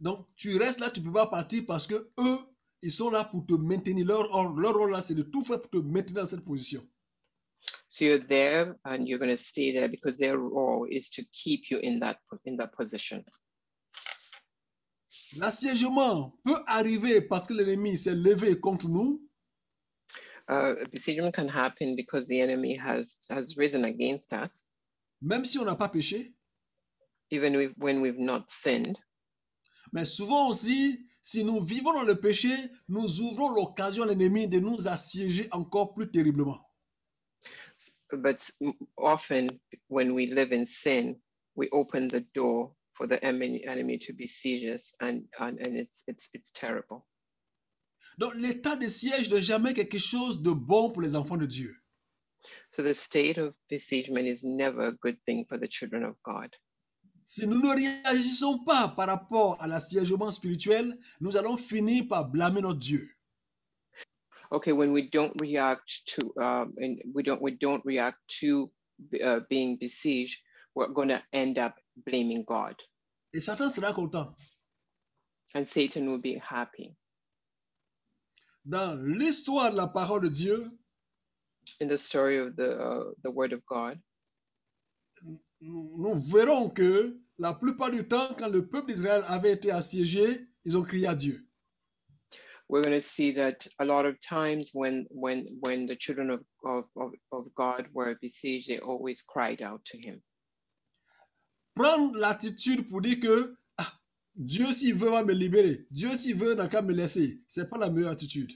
Speaker 1: Donc, tu restes là, tu ne peux pas partir parce que eux, ils sont là pour te maintenir. Leur, or- leur rôle là, c'est de tout faire pour te maintenir dans cette position.
Speaker 2: So you're there and you're going to stay there because their role is to keep you in that in that position.
Speaker 1: L'assiègement peut arriver parce que l'ennemi s'est levé contre nous,
Speaker 2: Uh, besiegement can happen because the enemy has has risen against us.
Speaker 1: même si on n'a pas péché.
Speaker 2: even if, when we've not sinned.
Speaker 1: Mais souvent aussi, si nous vivons dans le péché, nous ouvrons l'occasion à l'ennemi de nous assiéger encore plus terriblement.
Speaker 2: But s- m- often, when we live in sin, we open the door for the enemy, enemy to besiege us, and, and, and it's, it's, it's terrible.
Speaker 1: Donc l'état de siège n'est jamais quelque chose de bon pour les enfants de Dieu.
Speaker 2: So the state of besiegement is never a good thing for the children of God.
Speaker 1: Si nous ne réagissons pas par rapport à l'assiègement spirituel, nous allons finir par blâmer notre Dieu.
Speaker 2: Okay, when we don't react to, um, and we don't, we don't react to uh, being besieged, we're going to end up blaming God,
Speaker 1: Et Satan sera content.
Speaker 2: and Satan will be happy.
Speaker 1: Dans l'histoire de la parole de Dieu,
Speaker 2: in the story of the uh, the Word of God,
Speaker 1: nous, nous verrons que la plupart du temps, quand le peuple d'Israël avait été assiégé, ils ont crié à Dieu.
Speaker 2: we're going to see that a lot of times when when when the children of of, of, of God were besieged, they always cried out to Him.
Speaker 1: Prendre l'attitude pour dire que Ah, Dieu s'il veut va me libérer, Dieu s'il veut n'a qu'à me laisser, c'est pas la meilleure attitude.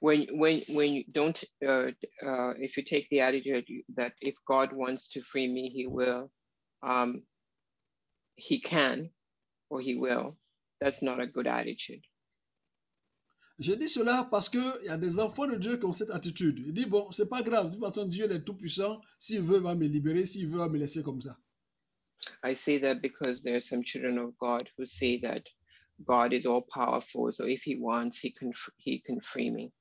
Speaker 2: When when when you don't, uh, uh, if you take the attitude that if God wants to free me, He will, um, He can, or He will. That's not a good attitude.
Speaker 1: Je dis cela parce qu'il y a des enfants de Dieu qui ont cette attitude. Ils disent, bon, c'est pas grave, de toute façon, Dieu il est tout-puissant, s'il veut, va me libérer, s'il veut, va me laisser comme ça.
Speaker 2: I say that because there are some children of God who say that God is all powerful, so if He wants, He can fr- He can free me,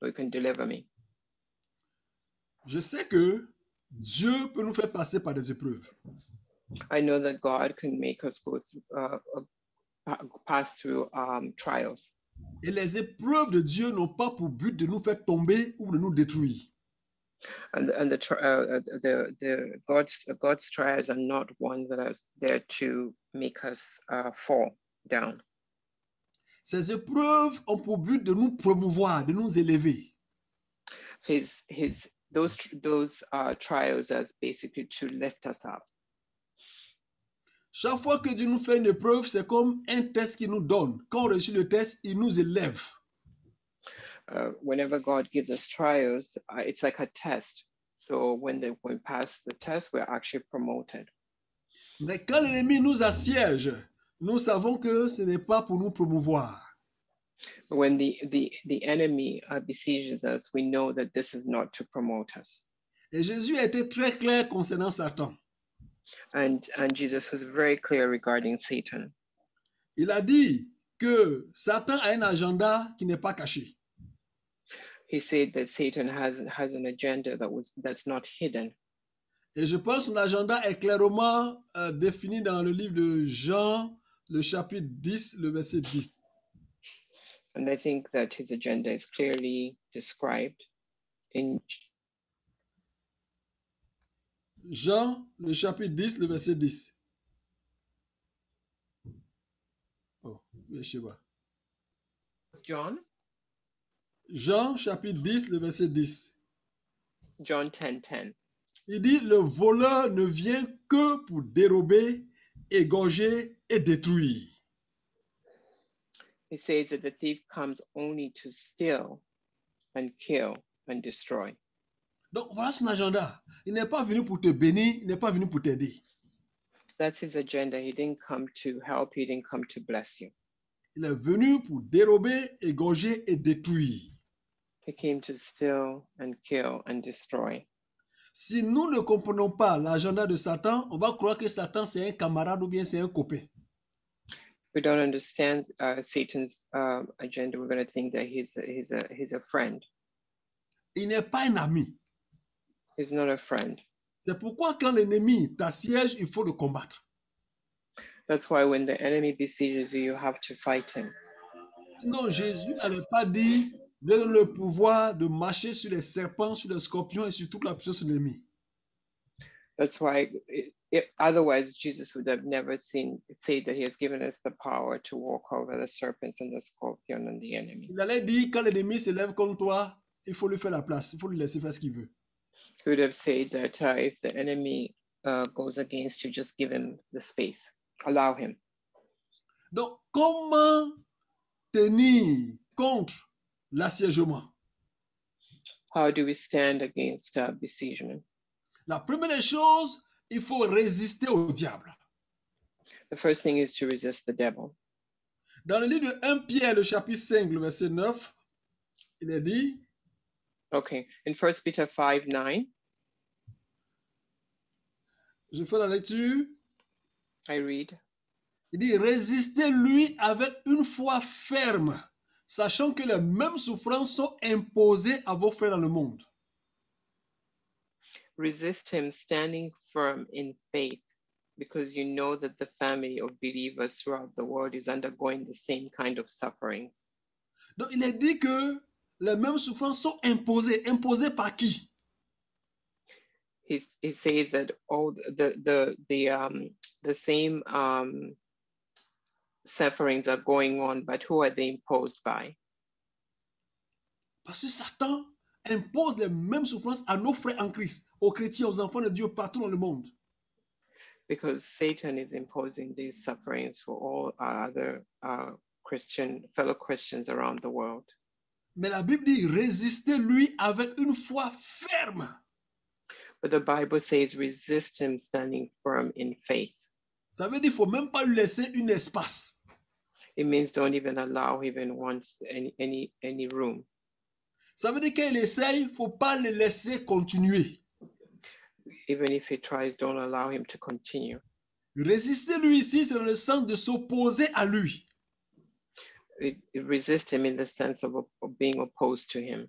Speaker 2: or He can deliver me.
Speaker 1: Je sais que Dieu peut nous faire passer par des épreuves.
Speaker 2: I know that God can make us go through, uh, uh, pa- pass through um, trials,
Speaker 1: Et les épreuves de Dieu n'ont pas pour but de nous faire tomber ou de nous détruire.
Speaker 2: and and the tri- uh, uh, the the God's God's trials are not ones that are there to make us uh, fall down.
Speaker 1: Ces épreuves ont pour but de nous promouvoir, de nous élever.
Speaker 2: His his those tr- those uh, trials are basically to lift us up.
Speaker 1: Chaque fois que Dieu nous fait une épreuve, c'est comme un test qu'il nous donne. Quand on réussit le test, il nous élève.
Speaker 2: Uh, whenever God gives us trials, uh, it's like a test. So when they when we pass the test, we're actually promoted.
Speaker 1: Mais quand l'ennemi nous assiège, nous savons que ce n'est pas pour nous promouvoir.
Speaker 2: When the the the enemy uh, besieges us, we know that this is not to promote us.
Speaker 1: Et Jésus a été très clair concernant Satan.
Speaker 2: and and Jesus was very clear regarding Satan.
Speaker 1: Il a dit que Satan a un agenda qui n'est pas caché.
Speaker 2: He said that Satan has has an agenda that was that's not hidden,
Speaker 1: Et je pense que son agenda est clairement euh, défini dans le livre de Jean, le chapitre 10, le verset 10.
Speaker 2: and I think that his agenda is clearly described in
Speaker 1: Jean, le chapitre 10, le verset 10. Oh, je sais pas.
Speaker 2: John
Speaker 1: Jean, chapitre 10, le verset 10.
Speaker 2: John ten ten.
Speaker 1: Il dit, le voleur ne vient que pour dérober, égorger et détruire.
Speaker 2: He says that the thief comes only to steal, and kill and destroy.
Speaker 1: Donc voilà son agenda. Il n'est pas venu pour te bénir, il n'est pas venu pour t'aider.
Speaker 2: That's his agenda. He didn't come to help. He didn't come to bless you.
Speaker 1: Il est venu pour dérober, égorger et détruire.
Speaker 2: He came to steal and kill and destroy.
Speaker 1: Si nous ne comprenons pas l'agenda de Satan, on va croire que Satan c'est un camarade ou bien c'est un copain.
Speaker 2: we don't understand uh, Satan's uh, agenda, we're going to think that he's he's a he's a friend.
Speaker 1: Il n'est pas un ami.
Speaker 2: He's not a friend.
Speaker 1: C'est pourquoi quand l'ennemi t'assiège, il faut le combattre.
Speaker 2: That's why when the enemy besieges you, you have to fight him.
Speaker 1: Sinon, Jésus n'allait pas dire, je donne le pouvoir de marcher sur les serpents, sur les scorpions et sur toute la puissance de l'ennemi.
Speaker 2: That's why, it, it, otherwise, Jesus would have never seen say that he has given us the power to walk over the serpents and the scorpion and the enemy.
Speaker 1: Il allait dire, quand l'ennemi s'élève contre toi, il faut lui faire la place, il faut lui laisser faire ce qu'il veut.
Speaker 2: He would have said that uh, if the enemy uh, goes against you, just give him the space, allow him.
Speaker 1: Donc, comment tenir contre l'assiégement
Speaker 2: How do we stand against uh, besiegement?
Speaker 1: La première des choses, il faut résister au diable.
Speaker 2: The first thing is to resist the devil.
Speaker 1: Dans le livre de 1 Pierre, le chapitre 5, le verset 9, il est dit,
Speaker 2: Okay, in First Peter five nine,
Speaker 1: je fais la lecture,
Speaker 2: I read,
Speaker 1: il dit, résistez-lui avec une foi ferme, sachant que les mêmes souffrances sont imposées à vos frères dans le monde.
Speaker 2: "Resist him, standing firm in faith, because you know that the family of believers throughout the world is undergoing the same kind of sufferings."
Speaker 1: Donc, il est dit que les mêmes souffrances sont imposées. Imposées par qui
Speaker 2: He, he says that all the the the um the same um sufferings are going on, but who are they imposed by?
Speaker 1: Parce que Satan impose les mêmes souffrances à nos frères en Christ, aux chrétiens, aux enfants de Dieu partout dans le monde.
Speaker 2: Because Satan is imposing these sufferings for all our other uh, Christian fellow Christians around the world.
Speaker 1: Mais la Bible dit résistez lui avec une foi ferme.
Speaker 2: But the Bible says, resist him standing firm in faith.
Speaker 1: Ça veut dire qu'il faut même pas lui laisser un espace.
Speaker 2: It means don't even allow even once any any any room.
Speaker 1: Ça veut dire qu'il essaye, faut pas le laisser continuer.
Speaker 2: Even if he tries, don't allow him to continue.
Speaker 1: Résister lui ici, c'est dans le sens de s'opposer à lui.
Speaker 2: It, it resist him in the sense of, op- of being opposed to him,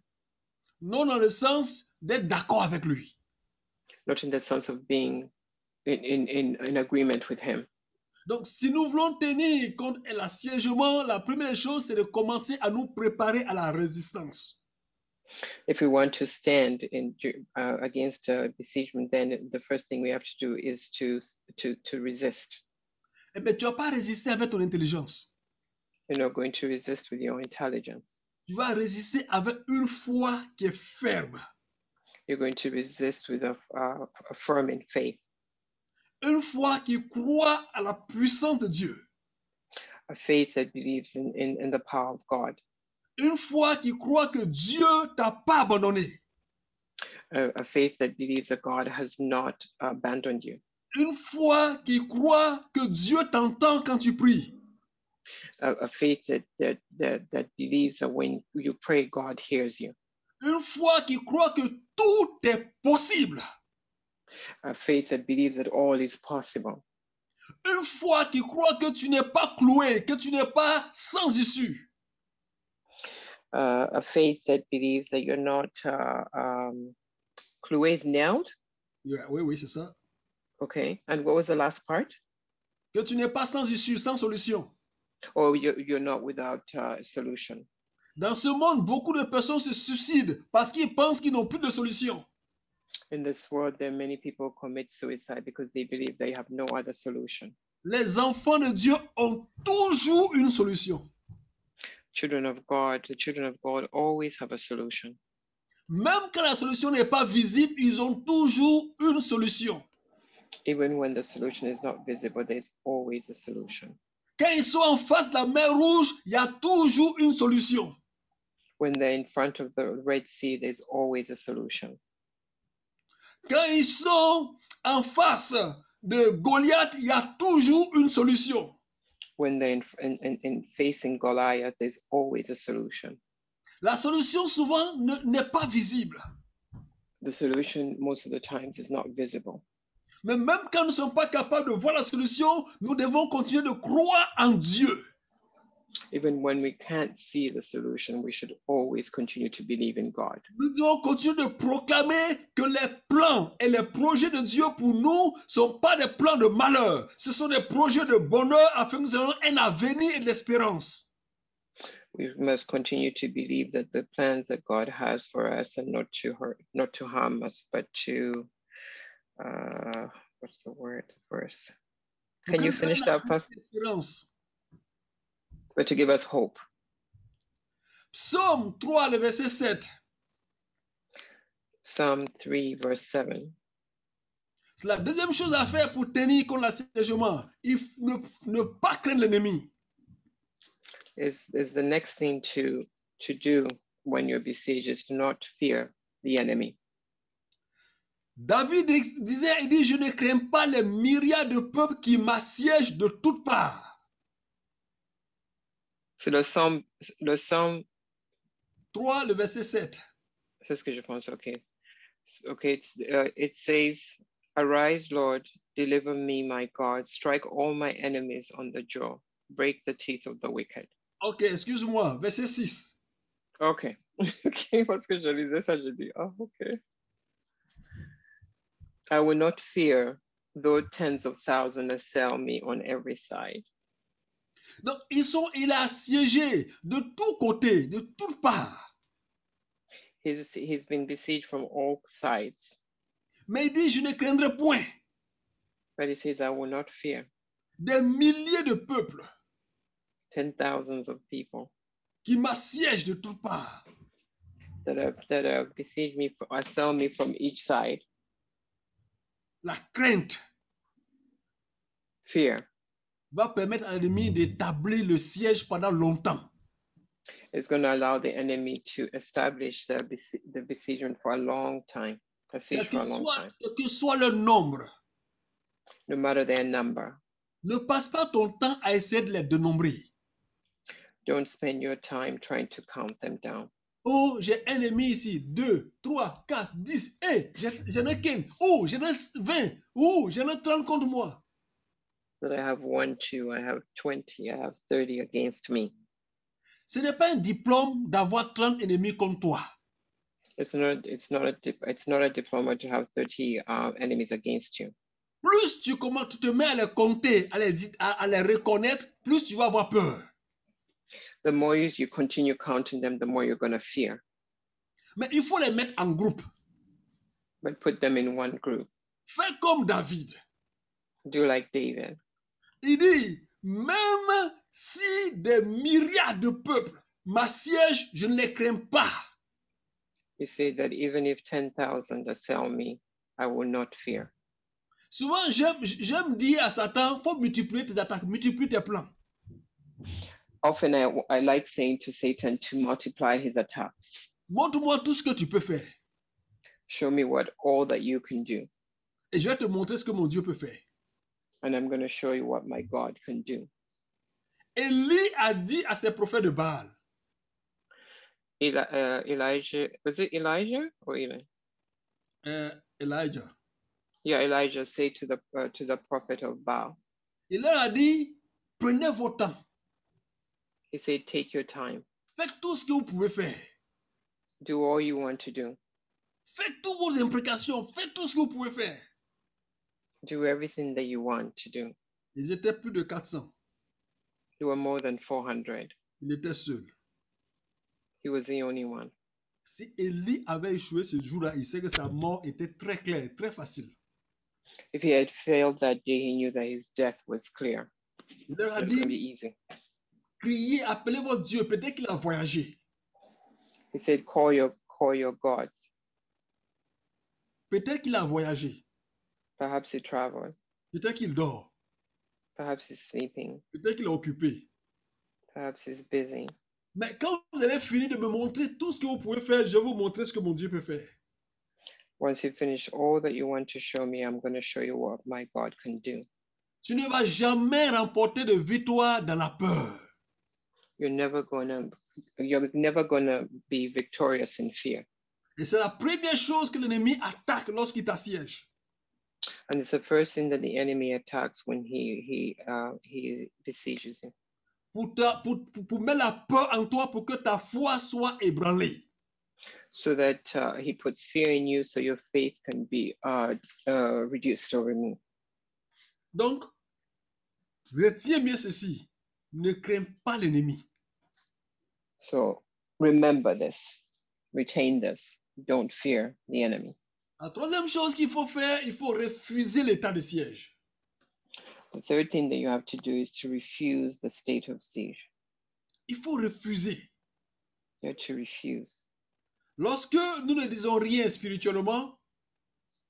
Speaker 1: non dans le sens d'être d'accord avec lui.
Speaker 2: not in the sense of being in in in, in agreement with him.
Speaker 1: Donc, si nous voulons tenir contre l'assiégement, la première chose, c'est de commencer à nous préparer à la résistance.
Speaker 2: If we want to stand in ju- uh, against uh, besiegement, then the first thing we have to do is to to to resist.
Speaker 1: Eh bien, tu vas pas résister avec ton intelligence.
Speaker 2: You're not going to resist with your intelligence.
Speaker 1: Tu vas résister avec une foi qui est ferme.
Speaker 2: You're going to resist with a, f- uh, a firm in faith.
Speaker 1: Une foi qui croit à la puissance de Dieu.
Speaker 2: a faith that believes in, in, in the power of God,
Speaker 1: Une foi qui croit que Dieu t'a pas abandonné.
Speaker 2: a, a faith that believes that God has not abandoned you,
Speaker 1: Une foi qui croit que Dieu t'entend quand tu pries.
Speaker 2: a, a faith that, that, that, that believes that when you pray, God hears you,
Speaker 1: Une foi qui croit que tout est possible.
Speaker 2: a faith that believes that all is possible,
Speaker 1: Une foi qui croit que tu n'es pas cloué, que tu n'es pas sans issue.
Speaker 2: uh, a faith that believes that you're not uh, um, cloues nailed.
Speaker 1: Yeah, Oui, oui, c'est ça.
Speaker 2: Okay. And what was the last part?
Speaker 1: Que tu n'es pas sans issue, sans solution.
Speaker 2: Or you're, Oh, you're not without uh, solution.
Speaker 1: Dans ce monde, beaucoup de personnes se suicident parce qu'ils pensent qu'ils n'ont plus de solution.
Speaker 2: In this world, there are many people commit suicide because they believe they have no other solution.
Speaker 1: Les enfants de Dieu ont toujours une solution.
Speaker 2: Children of God, the children of God always have a solution.
Speaker 1: Même quand la solution n'est pas visible, ils ont toujours une solution.
Speaker 2: even when the solution is not visible, there's always a solution.
Speaker 1: Quand ils sont en face de la mer rouge, il y a toujours une solution.
Speaker 2: When they're in front of the Red Sea, there's always a solution.
Speaker 1: Quand ils sont en face de Goliath, il y a toujours une solution.
Speaker 2: When they're in, in, in, in facing Goliath, there's always a solution.
Speaker 1: La solution souvent ne- n'est pas visible.
Speaker 2: The solution most of the times is not visible.
Speaker 1: Mais même quand nous ne sommes pas capables de voir la solution, nous devons continuer de croire en Dieu.
Speaker 2: Even when we can't see the solution, we should always continue to believe in God.
Speaker 1: Nous devons continuer de proclamer que les plans et les projets de Dieu pour nous ne sont pas des plans de malheur. Ce sont des projets de bonheur afin que nous ayons un avenir et de l'espérance.
Speaker 2: We must continue to believe that the plans that God has for us are not to hurt, not to harm us, but to uh, what's the word verse?
Speaker 1: Pour
Speaker 2: Can
Speaker 1: que
Speaker 2: you
Speaker 1: nous ayons
Speaker 2: finish
Speaker 1: un
Speaker 2: that
Speaker 1: avenir
Speaker 2: first?
Speaker 1: et de l'espérance.
Speaker 2: but to give us hope.
Speaker 1: Psaume 3, le verset 7.
Speaker 2: Psalm 3, verse 7.
Speaker 1: C'est la deuxième chose à faire pour tenir contre l'assiégement. Il faut ne, ne pas craindre l'ennemi.
Speaker 2: Is, is the next thing to, to do when you're besieged is to not fear the enemy.
Speaker 1: David dis- disait, il dit, je ne crains pas les myriades de peuples qui m'assiègent de toutes parts.
Speaker 2: C'est le psaume, le psaume,
Speaker 1: 3, le verset 7.
Speaker 2: c'est ce que je pense, ok. Okay, it's, uh, it says, Arise, Lord, deliver me, my God, strike all my enemies on the jaw, break the teeth of the wicked.
Speaker 1: Ok, excuse-moi, verset 6.
Speaker 2: Ok. [laughs] ok, parce que je lisais ça, je dis, ah, ok. I will not fear, though tens of thousands assail me on every side.
Speaker 1: Donc, ils sont, il est assiégé de tous côtés, de toutes parts.
Speaker 2: He's, he's been besieged from all sides.
Speaker 1: Mais il dit, je ne craindrai point
Speaker 2: But he says, I will not fear.
Speaker 1: des milliers de peuples
Speaker 2: Ten thousands of people
Speaker 1: qui m'assiègent de toutes parts.
Speaker 2: that are, that are besiege me, fr- assail me from each side.
Speaker 1: La crainte
Speaker 2: Fear
Speaker 1: va permettre à l'ennemi d'établir le siège pendant longtemps.
Speaker 2: is going to allow the enemy to establish the, besi- the besiegement for a long time, a
Speaker 1: Quel
Speaker 2: siege for
Speaker 1: que,
Speaker 2: a long
Speaker 1: soit,
Speaker 2: time,
Speaker 1: quel que soit le nombre,
Speaker 2: no matter their number.
Speaker 1: ne passe pas ton temps à essayer de les dénombrer.
Speaker 2: Don't spend your time trying to count them down.
Speaker 1: Oh, j'ai un ennemi ici. 2, 3, 4, 10. Hé, j'ai- j'en ai 15. Oh, j'en ai 20. Oh, j'en ai 30 contre moi.
Speaker 2: That I have one, two, I have 20, I have 30 against me.
Speaker 1: Ce n'est pas un diplôme d'avoir 30 ennemis contre toi.
Speaker 2: It's not, it's not a, dip- it's not a diploma to have 30 uh, enemies against you.
Speaker 1: Plus tu commences, tu te mets à les compter, à les, à- à les reconnaître, plus tu vas avoir peur.
Speaker 2: The more you, you continue counting them, the more you're going to fear.
Speaker 1: Mais il faut les mettre en groupe.
Speaker 2: But put them in one group.
Speaker 1: Fais comme David.
Speaker 2: Do like David.
Speaker 1: Il dit, même si des myriades de peuples m'assiègent, je ne les crains pas.
Speaker 2: You say that even if 10,000 assail me, I will not fear.
Speaker 1: Souvent, j'aime- j'aime dire à Satan, faut multiplier tes attaques, multiplie tes plans.
Speaker 2: Often I, I like saying to Satan to multiply his attacks.
Speaker 1: Montre-moi tout ce que tu peux faire.
Speaker 2: Show me what all that you can do,
Speaker 1: Et je vais te montrer ce que mon Dieu peut faire.
Speaker 2: and I'm going to show you what my God can do.
Speaker 1: Élie a dit à ses prophètes de Baal,
Speaker 2: Eli- uh, Elijah, was it Elijah or Eli?
Speaker 1: euh, Elijah,
Speaker 2: Yeah, Elijah said to the uh, to the prophet of Baal,
Speaker 1: il leur a dit, prenez vos temps,
Speaker 2: he said, "Take your time,
Speaker 1: faites tout ce que vous pouvez faire,
Speaker 2: do all you want to do,
Speaker 1: faites toutes vos imprécations, faites tout ce que vous pouvez faire.
Speaker 2: do everything that you want to do."
Speaker 1: Ils étaient plus de 400,
Speaker 2: There were more than 400.
Speaker 1: il était seul.
Speaker 2: He was the only one.
Speaker 1: Si Élie avait échoué ce jour-là, il sait que sa mort était très claire, très facile.
Speaker 2: If he had failed that day, he knew that his death was clear.
Speaker 1: Il leur a
Speaker 2: It was going to be
Speaker 1: dit,
Speaker 2: easy.
Speaker 1: criez, appelez votre Dieu, peut-être qu'il a voyagé,
Speaker 2: He said, "Call your call your gods."
Speaker 1: peut-être qu'il a voyagé,
Speaker 2: Perhaps he traveled.
Speaker 1: peut-être qu'il dort,
Speaker 2: Perhaps he's sleeping.
Speaker 1: peut-être qu'il est occupé.
Speaker 2: Perhaps he's busy.
Speaker 1: Mais quand vous allez finir de me montrer tout ce que vous pouvez faire, je vais vous montrer ce que mon Dieu peut faire.
Speaker 2: Once you finish all that you want to show me, I'm going to show you what my God can do.
Speaker 1: Tu ne vas jamais remporter de victoire dans la peur.
Speaker 2: You're never going to you're never going to be victorious in fear.
Speaker 1: Et c'est la première chose que l'ennemi attaque lorsqu'il t'assiège.
Speaker 2: And it's the first thing that the enemy attacks when he he uh, he besieges you
Speaker 1: Pour, ta- pour- pour- pour mettre la peur en toi pour que ta foi soit ébranlée.
Speaker 2: so that uh, he puts fear in you so your faith can be uh, uh, reduced or removed.
Speaker 1: Donc, retiens bien ceci. Ne crains pas l'ennemi.
Speaker 2: So remember this, retain this. Don't fear the enemy.
Speaker 1: La troisième chose qu'il faut faire, il faut refuser l'état de siège.
Speaker 2: The third thing that you have to do is to refuse the state of siege.
Speaker 1: Il faut refuser.
Speaker 2: You have to refuse.
Speaker 1: Lorsque nous ne disons rien spirituellement,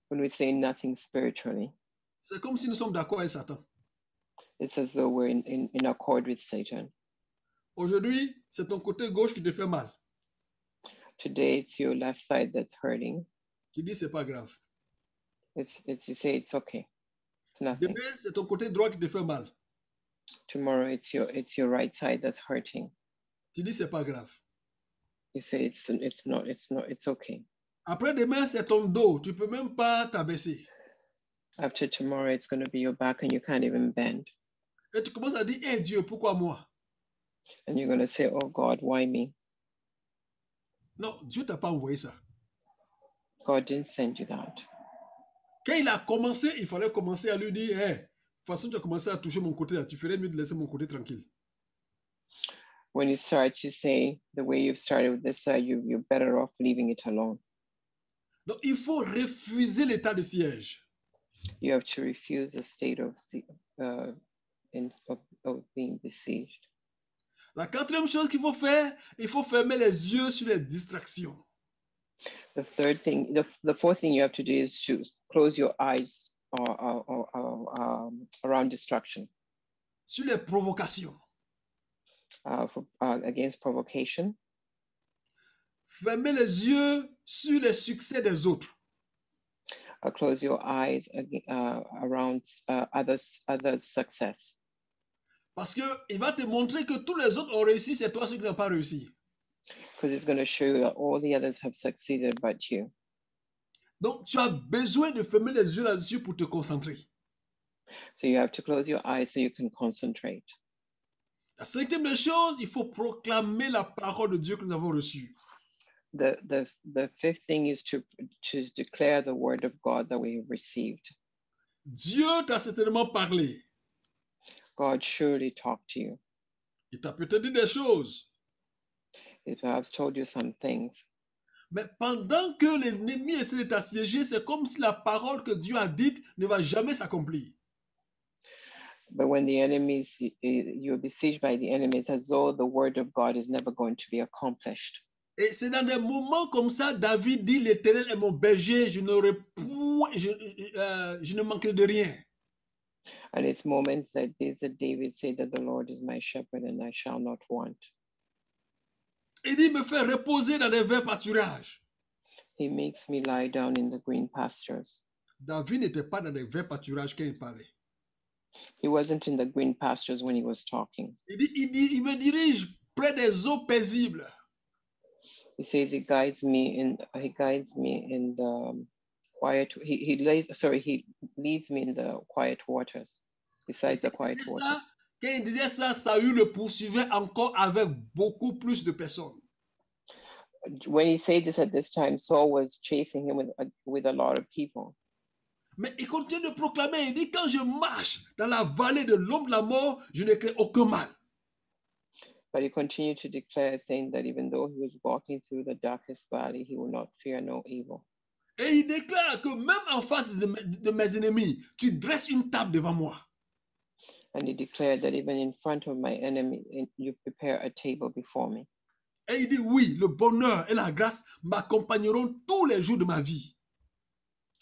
Speaker 2: When we say nothing spiritually,
Speaker 1: c'est comme si nous sommes d'accord avec Satan.
Speaker 2: it's as though we're in, in, in accord with Satan.
Speaker 1: Aujourd'hui, c'est ton côté gauche qui te fait mal.
Speaker 2: Today, it's your left side that's hurting.
Speaker 1: Tu dis c'est pas grave.
Speaker 2: It's, it's you say it's okay, it's nothing.
Speaker 1: Demain, c'est ton côté droit qui te fait mal.
Speaker 2: Tomorrow, it's your it's your right side that's hurting.
Speaker 1: Tu dis c'est pas grave.
Speaker 2: You say it's it's not it's not it's okay.
Speaker 1: Après demain, c'est ton dos. Tu peux même pas t'abaisser.
Speaker 2: After tomorrow, it's going to be your back, and you can't even bend.
Speaker 1: Et tu commences à dire, hé Dieu, pourquoi moi
Speaker 2: And you're going to say, "Oh God, why me?
Speaker 1: Non, Dieu t'a pas envoyé ça.
Speaker 2: God didn't send you that."
Speaker 1: Quand il a commencé, il fallait commencer à lui dire, hé, de toute façon, tu as commencé à toucher mon côté là. Tu ferais mieux de laisser mon côté tranquille.
Speaker 2: when you start to say the way you've started with this side, you, you're better off leaving it alone.
Speaker 1: Donc, il faut refuser l'état de siège.
Speaker 2: You have to refuse the state of, se- uh, in, of, of being besieged.
Speaker 1: La quatrième chose qu'il faut faire, il faut fermer les yeux sur les distractions.
Speaker 2: The third thing, the, the fourth thing you have to do is to close your eyes uh, or, or, or, or, um, around destruction
Speaker 1: sur les provocations.
Speaker 2: uh, for, uh, against provocation.
Speaker 1: Fermez les yeux sur les succès des autres.
Speaker 2: Uh, close your eyes ag- uh, around uh, others, others' success
Speaker 1: Parce qu'il va te montrer que tous les autres ont réussi, c'est toi celui qui n'a pas réussi.
Speaker 2: because it's going to show you that all the others have succeeded but you.
Speaker 1: Donc, tu as besoin de fermer les yeux là-dessus pour te concentrer.
Speaker 2: So you have to close your eyes so you can concentrate.
Speaker 1: La cinquième des choses, il faut proclamer la parole de Dieu que nous avons reçue.
Speaker 2: The, the, the fifth thing is to, to declare the word of God that we have received.
Speaker 1: Dieu t'a certainement parlé.
Speaker 2: God surely talked to you.
Speaker 1: Il t'a peut-être dit des choses.
Speaker 2: He perhaps told you some things.
Speaker 1: Mais pendant que l'ennemi essaie de t'assiéger, c'est comme si la parole que Dieu a dite ne va jamais s'accomplir.
Speaker 2: But when the enemies, you're besieged by the enemy, it's as though the word of God is never going to be accomplished.
Speaker 1: Et c'est dans des moments comme ça, David dit, l'Éternel est mon berger, je, n'aurai point, je, euh, je ne manquerai de rien.
Speaker 2: And it's moments that this- that David said that the Lord is my shepherd and I shall not want.
Speaker 1: Il dit, me fait reposer dans des verts pâturages.
Speaker 2: He makes me lie down in the green pastures.
Speaker 1: David n'était pas dans des verts pâturages quand il parlait.
Speaker 2: He wasn't in the green pastures when he was talking.
Speaker 1: Il dit, il dit, il me dirige près des eaux paisibles.
Speaker 2: He says he guides me in he guides me in the um, quiet he, he lays sorry, he leads me in the quiet waters, beside the
Speaker 1: Et
Speaker 2: quiet waters.
Speaker 1: ça, quand il disait ça, Saül le poursuivait encore avec beaucoup plus de personnes.
Speaker 2: When he said this at this time, Saul was chasing him with a, with a lot of people.
Speaker 1: Mais il continue de proclamer, il dit, quand je marche dans la vallée de l'ombre de la mort, je ne crée aucun mal.
Speaker 2: But he continued to declare, saying that even though he was walking through the darkest valley, he will not fear no evil.
Speaker 1: Et il déclare que même en face de, mes- de mes ennemis, tu dresses une table devant moi.
Speaker 2: And he declared that even in front of my enemy, in- you prepare a table before me.
Speaker 1: Et il dit, oui, le bonheur et la grâce m'accompagneront tous les jours de ma vie.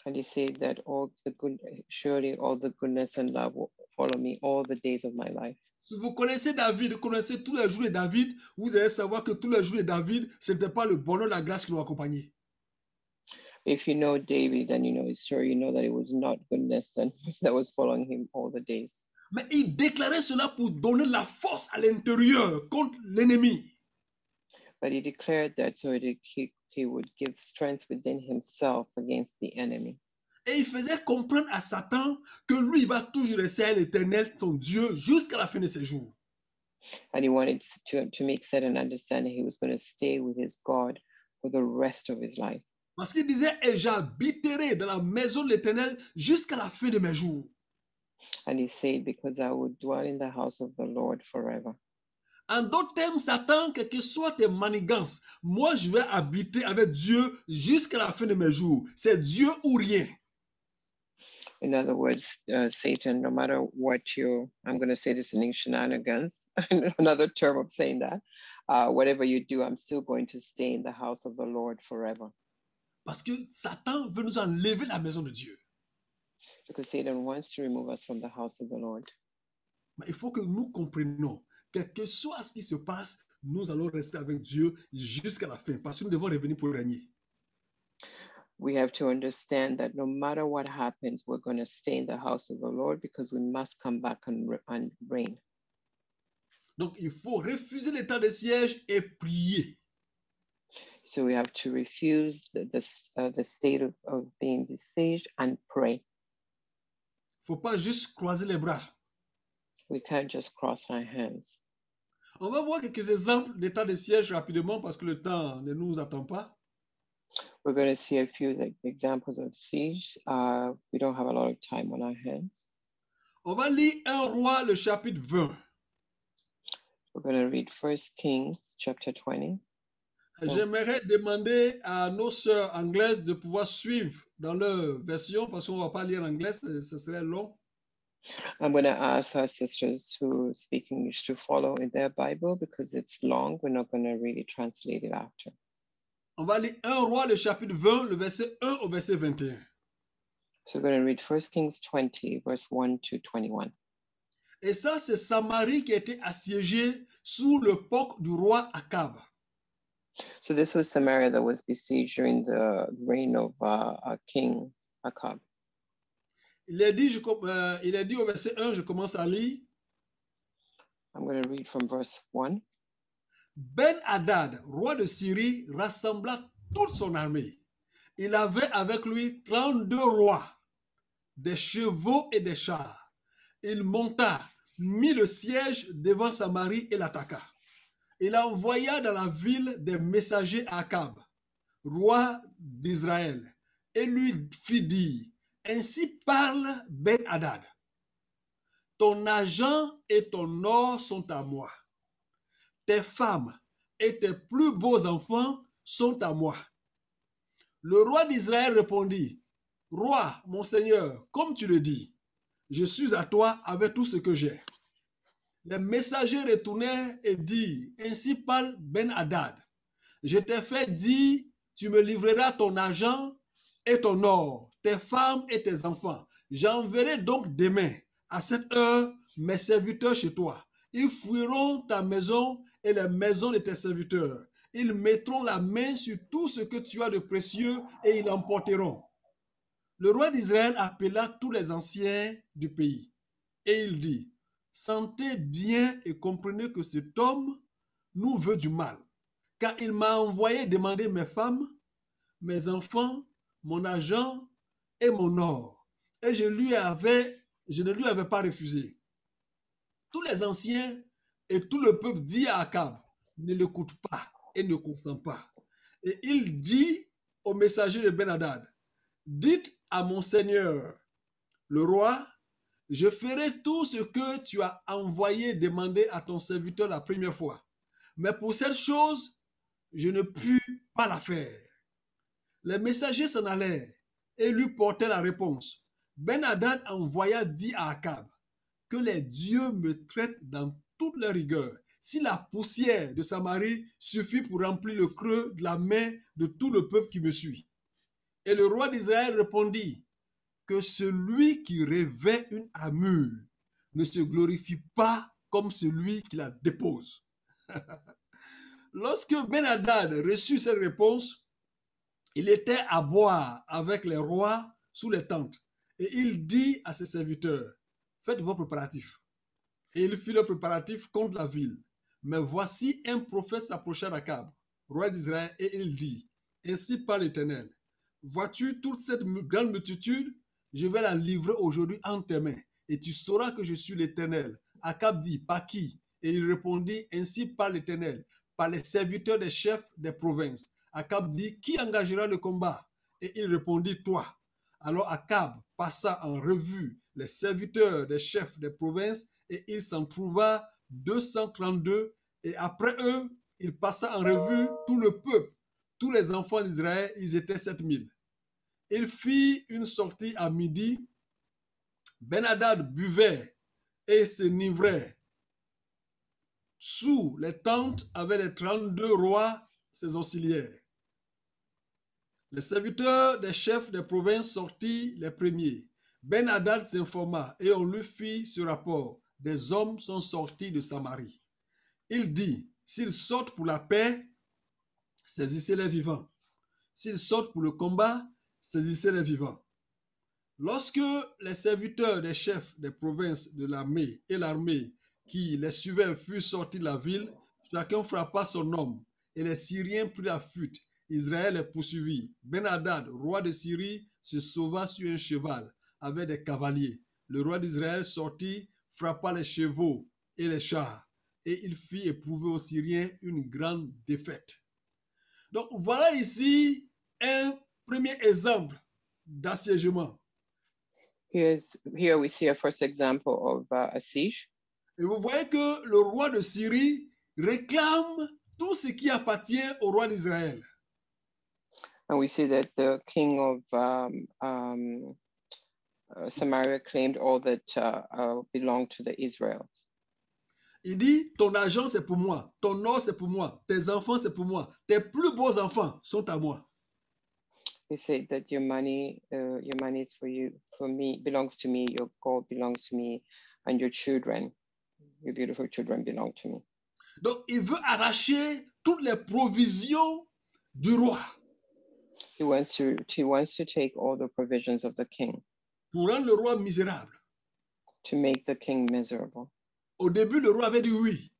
Speaker 2: And he said that all the good, surely all the goodness and love will follow me all the days of my life.
Speaker 1: Si vous connaissez David, vous connaissez tous les jours de David, vous allez savoir que tous les jours de David, ce n'était pas le bonheur, la grâce qui l'ont accompagné.
Speaker 2: If you know David and you know his story, you know that it was not goodness and that [laughs] was following him all the days.
Speaker 1: Mais il déclarait cela pour donner la force à l'intérieur contre l'ennemi.
Speaker 2: But he declared that so that he, he would give strength within himself against the enemy.
Speaker 1: Et il faisait comprendre à Satan que lui, il va toujours rester à l'éternel, son Dieu, jusqu'à la fin de ses jours.
Speaker 2: and he wanted to, to make certain understanding he was going to stay with his God for the rest of his life
Speaker 1: Parce qu'il disait, et j'habiterai dans la maison de l'Éternel jusqu'à la fin de mes jours.
Speaker 2: and he said because i will dwell in the house of the lord forever
Speaker 1: En d'autres termes, Satan, quelles que soient tes manigances, moi je vais habiter avec Dieu jusqu'à la fin de mes jours. C'est Dieu ou rien.
Speaker 2: in other words uh, satan no matter what you i'm going to say this in english shenanigans [laughs] another term of saying that uh, whatever you do i'm still going to stay in the house of the lord forever
Speaker 1: Parce que Satan veut nous enlever la maison de Dieu.
Speaker 2: because satan wants to remove us from the house of the lord
Speaker 1: Mais il faut que nous comprenions, quel que soit ce qui se passe, nous allons rester avec Dieu jusqu'à la fin. Parce que nous devons revenir pour régner.
Speaker 2: we have to understand that no matter what happens we're going to stay in the house of the lord because we must come back and, re- and reign
Speaker 1: Donc il faut refuser l'état de siège et prier.
Speaker 2: So we have to refuse the, the, s- uh, the state of, of being besieged and pray.
Speaker 1: Il ne faut pas juste croiser les bras.
Speaker 2: We can't just cross our hands.
Speaker 1: On va voir quelques exemples d'état de siège rapidement parce que le temps ne nous attend pas.
Speaker 2: We're going to see a few like, examples of siege. Uh, we don't have a lot of time on our hands.
Speaker 1: On va lire 1 roi, le chapitre 20.
Speaker 2: We're going to read First Kings chapter 20.
Speaker 1: J'aimerais demander à nos sœurs anglaises de pouvoir suivre dans leur version parce qu'on ne va pas lire l'anglais, ce ce serait long.
Speaker 2: I'm going to ask our sisters who speak English to follow in their Bible because it's long. We're not going to really translate it after.
Speaker 1: On va lire 1 roi, le chapitre 20, le verset 1 au verset 21.
Speaker 2: So we're going to read First Kings 20, verse 1 to 21.
Speaker 1: Et ça, c'est Samarie qui a été assiégée sous le poc du roi Akab.
Speaker 2: So this was Samaria that was besieged during the reign of uh, uh, King Akab.
Speaker 1: Il est dit, je com- euh, il est dit au verset 1, je commence à lire.
Speaker 2: I'm going to read from verse 1.
Speaker 1: Ben-Hadad, Ben roi de Syrie, rassembla toute son armée. Il avait avec lui 32 rois, des chevaux et des chars. Il monta, mit le siège devant Samarie et l'attaqua. Il envoya dans la ville des messagers à Akab, roi d'Israël, et lui fit dire, Ainsi parle Ben-Hadad, ton argent et ton or sont à moi tes femmes et tes plus beaux enfants sont à moi. Le roi d'Israël répondit, Roi, mon Seigneur, comme tu le dis, je suis à toi avec tout ce que j'ai. Les messagers retournèrent et dirent, Ainsi parle Ben-Hadad, je t'ai fait dire, tu me livreras ton argent et ton or, tes femmes et tes enfants. J'enverrai donc demain, à cette heure, mes serviteurs chez toi. Ils fuiront ta maison et les maisons de tes serviteurs. Ils mettront la main sur tout ce que tu as de précieux et ils l'emporteront. Le roi d'Israël appela tous les anciens du pays et il dit, Sentez bien et comprenez que cet homme nous veut du mal, car il m'a envoyé demander mes femmes, mes enfants, mon argent et mon or, et je, lui avais, je ne lui avais pas refusé. Tous les anciens et tout le peuple dit à Akab, ne l'écoute pas et ne consent pas. Et il dit au messager de Ben-Hadad, dites à mon Seigneur, le roi, je ferai tout ce que tu as envoyé demander à ton serviteur la première fois. Mais pour cette chose, je ne pus pas la faire. Les messagers s'en allèrent et lui portaient la réponse. Ben-Hadad envoya dire à Akab, que les dieux me traitent dans toute leur rigueur. Si la poussière de Samarie suffit pour remplir le creux de la main de tout le peuple qui me suit. Et le roi d'Israël répondit que celui qui revêt une armure ne se glorifie pas comme celui qui la dépose. [laughs] Lorsque Ben-Hadad reçut cette réponse, il était à boire avec les rois sous les tentes. Et il dit à ses serviteurs, faites vos préparatifs. Et il fit le préparatif contre la ville. Mais voici un prophète s'approcha d'Akab, roi d'Israël, et il dit, Ainsi parle l'Éternel, vois-tu toute cette mu- grande multitude Je vais la livrer aujourd'hui en tes mains, et tu sauras que je suis l'Éternel. Akab dit, Par qui Et il répondit, Ainsi parle l'Éternel, par les serviteurs des chefs des provinces. Akab dit, Qui engagera le combat Et il répondit, Toi. Alors Akab passa en revue les serviteurs des chefs des provinces et il s'en trouva 232. Et après eux, il passa en revue tout le peuple, tous les enfants d'Israël, ils étaient 7000. Il fit une sortie à midi. Ben-Hadad buvait et s'enivrait sous les tentes avec les 32 rois, ses auxiliaires. Les serviteurs des chefs des provinces sortirent les premiers. Ben-Hadad s'informa et on lui fit ce rapport. Des hommes sont sortis de Samarie. Il dit, s'ils sortent pour la paix, saisissez-les vivants. S'ils sortent pour le combat, saisissez-les vivants. Lorsque les serviteurs des chefs des provinces de l'armée et l'armée qui les suivaient furent sortis de la ville, chacun frappa son homme, et les Syriens prirent la fuite. Israël les poursuivit. Ben-Hadad, roi de Syrie, se sauva sur un cheval avec des cavaliers. Le roi d'Israël sortit, frappa les chevaux et les chars, et il fit éprouver aux Syriens une grande défaite. Donc voilà ici un premier exemple d'assiégement.
Speaker 2: Here's, here we see a first example of uh, a siege.
Speaker 1: Et vous voyez que le roi de Syrie réclame tout ce qui appartient au roi d'Israël.
Speaker 2: And we see that the king of um, um, uh, Samaria claimed all that uh, uh, belonged to the Israels.
Speaker 1: Il dit, ton argent c'est pour moi, ton or c'est pour moi, tes enfants c'est pour moi, tes plus beaux enfants sont à moi.
Speaker 2: He said that your money, uh, your money is for you, for me, belongs to me. Your gold belongs to me, and your children, your beautiful children, belong to me.
Speaker 1: Donc il veut arracher toutes les provisions du roi
Speaker 2: He wants to, he wants to take all the provisions of the king
Speaker 1: pour rendre le roi misérable.
Speaker 2: to make the king miserable.
Speaker 1: Au début, le roi avait dit oui,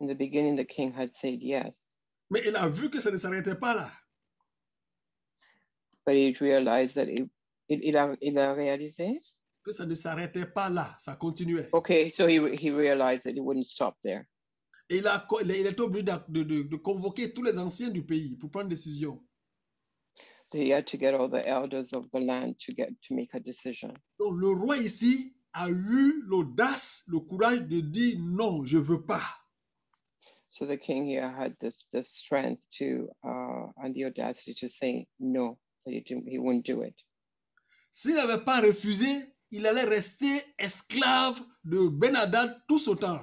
Speaker 2: In the beginning, the king had said yes,
Speaker 1: mais il a vu que ça ne s'arrêtait pas là.
Speaker 2: but he realized that it, it, il a, il a réalisé.
Speaker 1: Que ça ne s'arrêtait pas là, ça continuait.
Speaker 2: Okay, so he, he realized that it wouldn't stop there.
Speaker 1: Et il, a co- il a- il était obligé d'a- de, de- de convoquer tous les anciens du pays pour prendre une décision.
Speaker 2: So he had to get all the elders of the land to get to make a decision.
Speaker 1: Donc le roi ici a eu l'audace, le courage de dire non, je veux pas.
Speaker 2: So the king here had this the strength to uh, and the audacity to say no, that he didn't, he wouldn't do it.
Speaker 1: S'il n'avait pas refusé, il allait rester esclave de Ben-Hadad tout ce temps.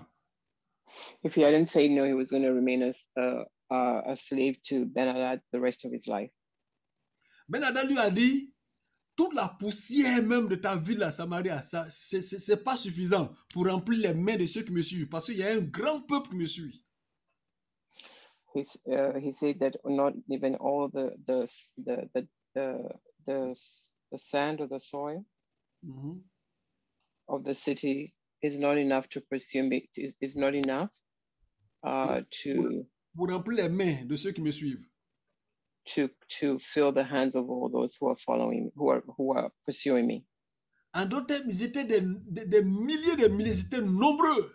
Speaker 2: If he hadn't said no, he was going to remain as uh, uh, a slave to Benadad the rest of his life.
Speaker 1: Ben-Hadad lui a dit, toute la poussière même de ta ville à Samaria, ça, c'est- c'est c'est pas suffisant pour remplir les mains de ceux qui me suivent, parce qu'il y a un grand peuple qui me suit.
Speaker 2: He's, uh, he said that not even all the the the the the, the, s- the sand or the soil
Speaker 1: Mhm.
Speaker 2: of the city is not enough to pursue me. Is, is not enough uh, to
Speaker 1: Pour remplir les mains de ceux qui me suivent.
Speaker 2: to to fill the hands of all those who are following, who are who are pursuing me.
Speaker 1: En d'autres termes, ils étaient des, des- des milliers de milliers, ils étaient nombreux.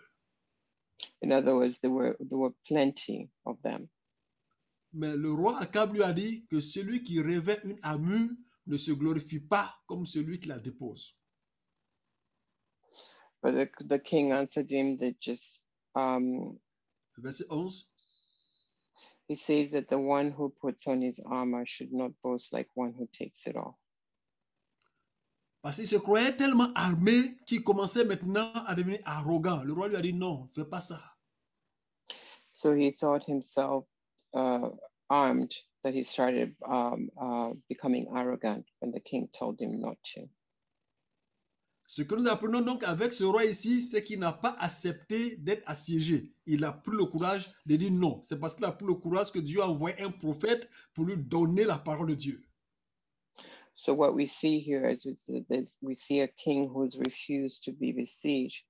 Speaker 2: In other words, there were there were plenty of them.
Speaker 1: Mais le roi Akab lui a dit que celui qui revêt une amure ne se glorifie pas comme celui qui la dépose.
Speaker 2: But the, the king answered him that just um,
Speaker 1: Verset 11.
Speaker 2: he says that the one who puts on his armor should not boast like one who takes it off,
Speaker 1: Parce qu'il se croyait tellement armé qu'il commençait maintenant à devenir arrogant. Le roi lui a dit non, fais pas ça.
Speaker 2: so he thought himself uh, armed that he started um, uh, becoming arrogant when the king told him not to.
Speaker 1: Ce que nous apprenons donc avec ce roi ici, c'est qu'il n'a pas accepté d'être assiégé. Il a pris le courage de dire non. C'est parce qu'il a pris le courage que Dieu a envoyé un prophète pour lui donner la parole de Dieu.
Speaker 2: So what we see here is it's- it's- we see a king who's refused to be besieged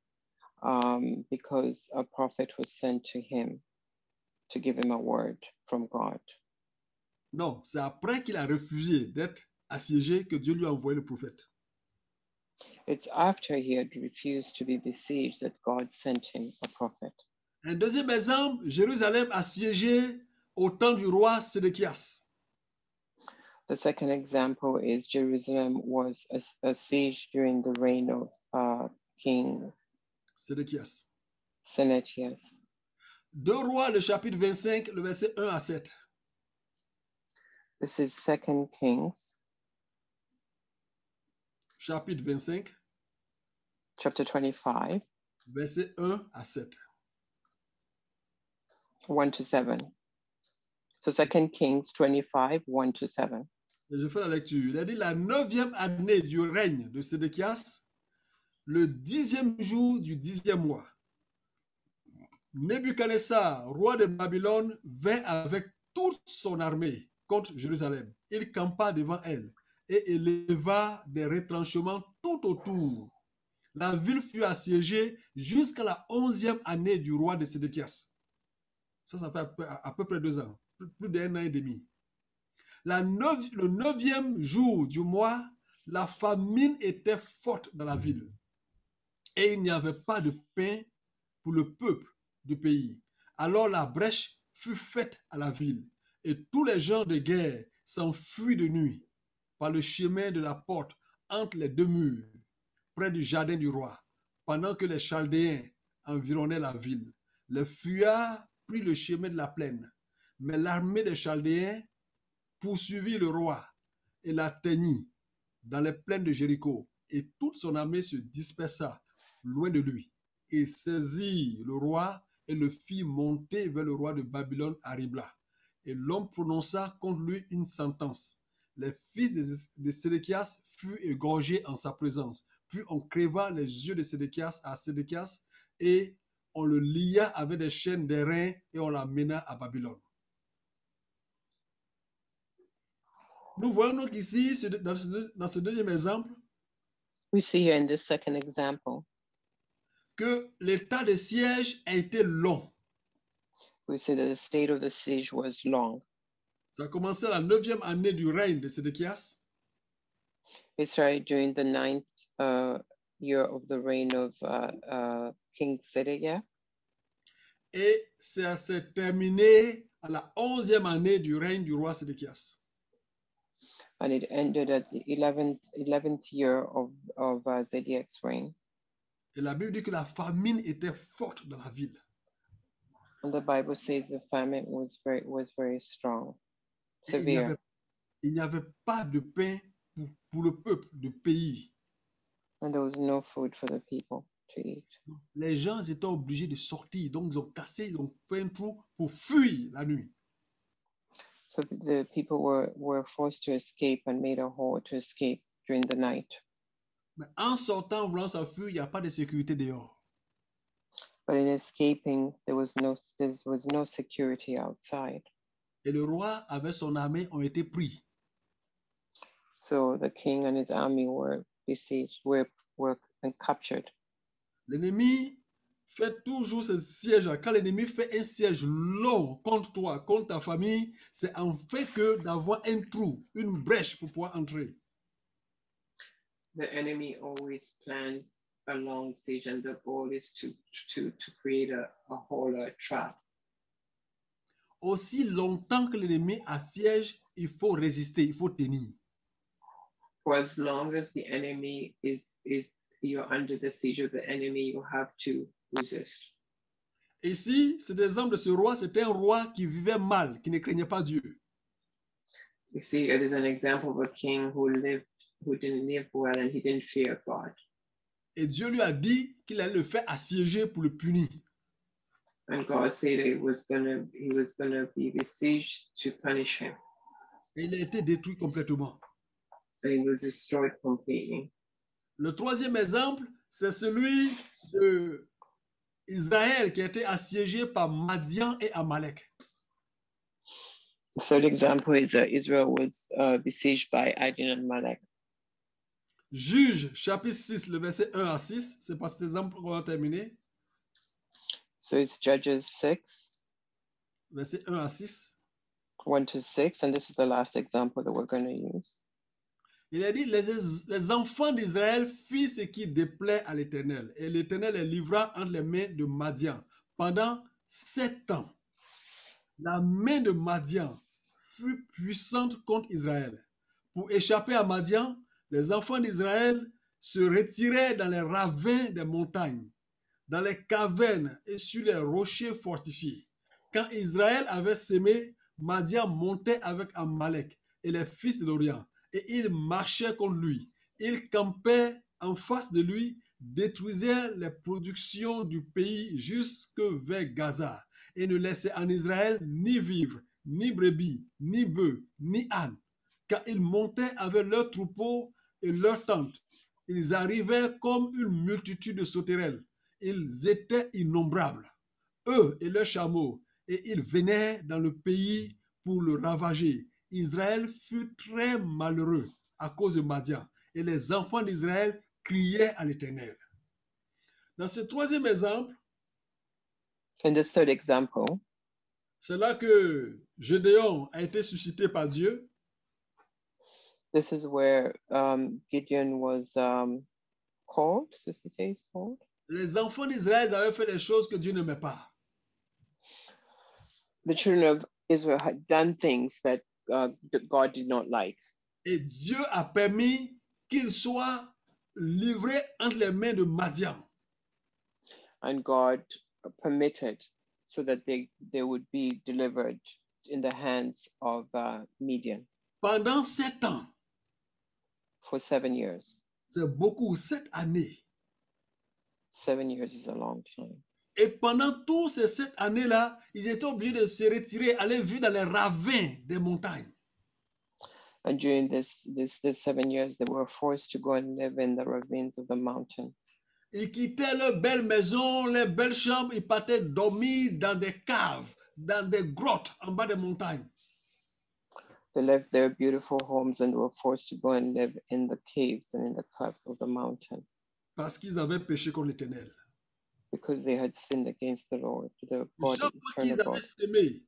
Speaker 2: um, because a prophet was sent to him to give him a word from God.
Speaker 1: Non, c'est après qu'il a refusé d'être assiégé que Dieu lui a envoyé le prophète.
Speaker 2: It's after he had refused to be besieged that God sent him a prophet.
Speaker 1: Un deuxième exemple, Jérusalem assiégée au temps du roi Sédéchias.
Speaker 2: The second example is Jerusalem was a, a siege during the reign of uh, King
Speaker 1: Sédéchias.
Speaker 2: Sennacherib.
Speaker 1: 2 Rois, le chapitre 25, le verset 1 à 7.
Speaker 2: This is Second Kings
Speaker 1: Chapitre 25,
Speaker 2: chapter 25,
Speaker 1: verset 1 à 7.
Speaker 2: 1 to 7. So Second Kings 25, 1 to 7.
Speaker 1: Et Je fais la lecture. Il a dit la neuvième année du règne de Sédéchias, le dixième jour du dixième mois. Nebuchadnezzar, roi de Babylone, vint avec toute son armée contre Jérusalem. Il campa devant elle et éleva des retranchements tout autour. La ville fut assiégée jusqu'à la onzième année du roi de Sédéchias. Ça, ça fait à peu, à peu près deux ans, plus- plus d'un an et demi. La neuv- le neuvième jour du mois, la famine était forte dans la ville. Et il n'y avait pas de pain pour le peuple du pays. Alors la brèche fut faite à la ville. Et tous les gens de guerre s'enfuient de nuit par le chemin de la porte entre les deux murs, près du jardin du roi, pendant que les Chaldéens environnaient la ville. les fuyards prirent le chemin de la plaine, mais l'armée des Chaldéens poursuivit le roi et l'atteignit dans les plaines de Jéricho, et toute son armée se dispersa loin de lui, et saisit le roi et le fit monter vers le roi de Babylone à Ribla. Et l'homme prononça contre lui une sentence. Les fils de, de Sédéchias furent égorgés en sa présence. Puis on creva les yeux de Sédéchias à Sédéchias et on le lia avec des chaînes de reins et on l'amena à Babylone. Nous voyons donc ici, ce- dans ce- dans ce deuxième exemple,
Speaker 2: We see here in this second example,
Speaker 1: que l'état de siège a été long.
Speaker 2: we see that the state of the siege was long.
Speaker 1: Ça a commencé à la neuvième année du règne de Sédéchias.
Speaker 2: It started during the ninth uh, year of the reign of uh, uh, King Zedekiah,
Speaker 1: et ça s'est terminé à la onzième année du règne du roi Sédéchias.
Speaker 2: and it ended at the 11th, 11th year of, of uh, Zedekiah's reign.
Speaker 1: Et la Bible dit que la famine était forte dans la ville.
Speaker 2: And the Bible says the famine was very, was very strong,
Speaker 1: Et il n'y
Speaker 2: severe.
Speaker 1: avait- il n'y avait pas de pain pour, pour le peuple du pays.
Speaker 2: and there was no food for the people to eat.
Speaker 1: Les gens étaient obligés de sortir, donc ils ont cassé, ils ont fait un trou pour fuir la nuit.
Speaker 2: So the people were, were forced to escape and made a hole to escape during the night.
Speaker 1: Mais en sortant, voulant s'enfuir, il n'y a pas de sécurité dehors.
Speaker 2: But in escaping, there was no there was no security outside.
Speaker 1: Et le roi avec son armée ont été pris.
Speaker 2: So the king and his army were besieged, were were captured.
Speaker 1: L'ennemi fait toujours ce siège-là. Quand l'ennemi fait un siège long contre toi, contre ta famille, c'est en fait que d'avoir un trou, une brèche pour pouvoir entrer.
Speaker 2: The enemy always plans a long siege, and the goal is to to to create a, a hole or a trap.
Speaker 1: Aussi longtemps que l'ennemi assiège, il faut résister, il faut tenir.
Speaker 2: For as long as the enemy is is you're under the siege of the enemy, you have to resist.
Speaker 1: Ici, cet exemple de ce roi, c'était un roi qui vivait mal, qui ne craignait pas Dieu.
Speaker 2: You see, it is an example of a king who lived, who didn't live well, and he didn't fear God.
Speaker 1: Et Dieu lui a dit qu'il allait le faire assiéger pour le punir.
Speaker 2: And God said it was gonna, he was gonna be besieged to punish him.
Speaker 1: Et il a été détruit complètement.
Speaker 2: And he was destroyed completely.
Speaker 1: Le troisième exemple, c'est celui de Israël qui a été assiégé par Madian et Amalek.
Speaker 2: The third example is that Israel was uh, besieged by Adin and Malek.
Speaker 1: Juge, chapitre 6, le verset 1 à 6. C'est par cet exemple qu'on va terminer.
Speaker 2: So it's Judges 6,
Speaker 1: Verset 1 à 6.
Speaker 2: 1 to 6, and this is the last example that we're going to use.
Speaker 1: Il a dit, les, les enfants d'Israël firent ce qui déplaît à l'Éternel, et l'Éternel les livra entre les mains de Madian pendant sept ans. La main de Madian fut puissante contre Israël. Pour échapper à Madian, les enfants d'Israël se retiraient dans les ravins des montagnes, dans les cavernes et sur les rochers fortifiés. Quand Israël avait semé, Madian montait avec Amalek et les fils de l'Orient et ils marchaient contre lui. Ils campaient en face de lui, détruisaient les productions du pays jusque vers Gaza et ne laissaient en Israël ni vivre, ni brebis, ni bœufs, ni ânes, car ils montaient avec leurs troupeaux et leurs tentes. Ils arrivaient comme une multitude de sauterelles. Ils étaient innombrables, eux et leurs chameaux, et ils venaient dans le pays pour le ravager. Israël fut très malheureux à cause de Madian, et les enfants d'Israël criaient à l'Éternel. Dans ce troisième exemple,
Speaker 2: In this third example,
Speaker 1: c'est là que Gédéon a été suscité par Dieu,
Speaker 2: this is where um, Gideon was um, called, Sisite is called.
Speaker 1: les enfants d'Israël avaient fait des choses que Dieu n'aimait pas.
Speaker 2: the children of Israel had done things that uh, that God did not like,
Speaker 1: Et Dieu a permis qu'ils soient livrés entre les mains de Madian.
Speaker 2: and God permitted so that they, they would be delivered in the hands of uh, Midian
Speaker 1: Pendant sept ans,
Speaker 2: for seven years.
Speaker 1: c'est beaucoup, sept années.
Speaker 2: Seven years is a long time.
Speaker 1: Et pendant toutes ces sept années-là, ils étaient obligés de se retirer, aller vivre dans les ravins des montagnes.
Speaker 2: And during this, this, this seven years, they were forced to go and live in the ravines of the mountains.
Speaker 1: Ils quittaient leurs belles maisons, les belles chambres, ils partaient dormir dans des caves, dans des grottes en bas des montagnes.
Speaker 2: They left their beautiful homes and were forced to go and live in the caves and in the cups of the mountain
Speaker 1: parce qu'ils avaient péché contre l'Éternel.
Speaker 2: because they had sinned against the Lord, the God,
Speaker 1: Chaque fois qu'ils
Speaker 2: eternal God.
Speaker 1: avaient semé,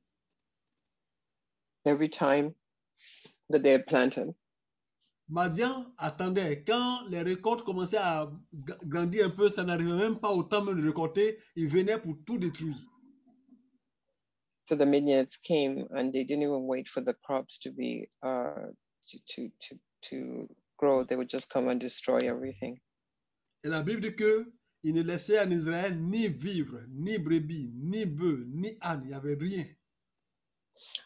Speaker 2: Every time that they had planted,
Speaker 1: Madian attendait. Quand les récoltes commençaient à g- grandir un peu, ça n'arrivait même pas au temps même de récolter. Ils venaient pour tout détruire.
Speaker 2: so the Midianites came and they didn't even wait for the crops to be uh, to, to to to grow. They would just come and destroy everything.
Speaker 1: Et la Bible dit que ils ne laissaient en Israël ni vivre, ni brebis, ni bœufs, ni âne. Il n'y avait rien.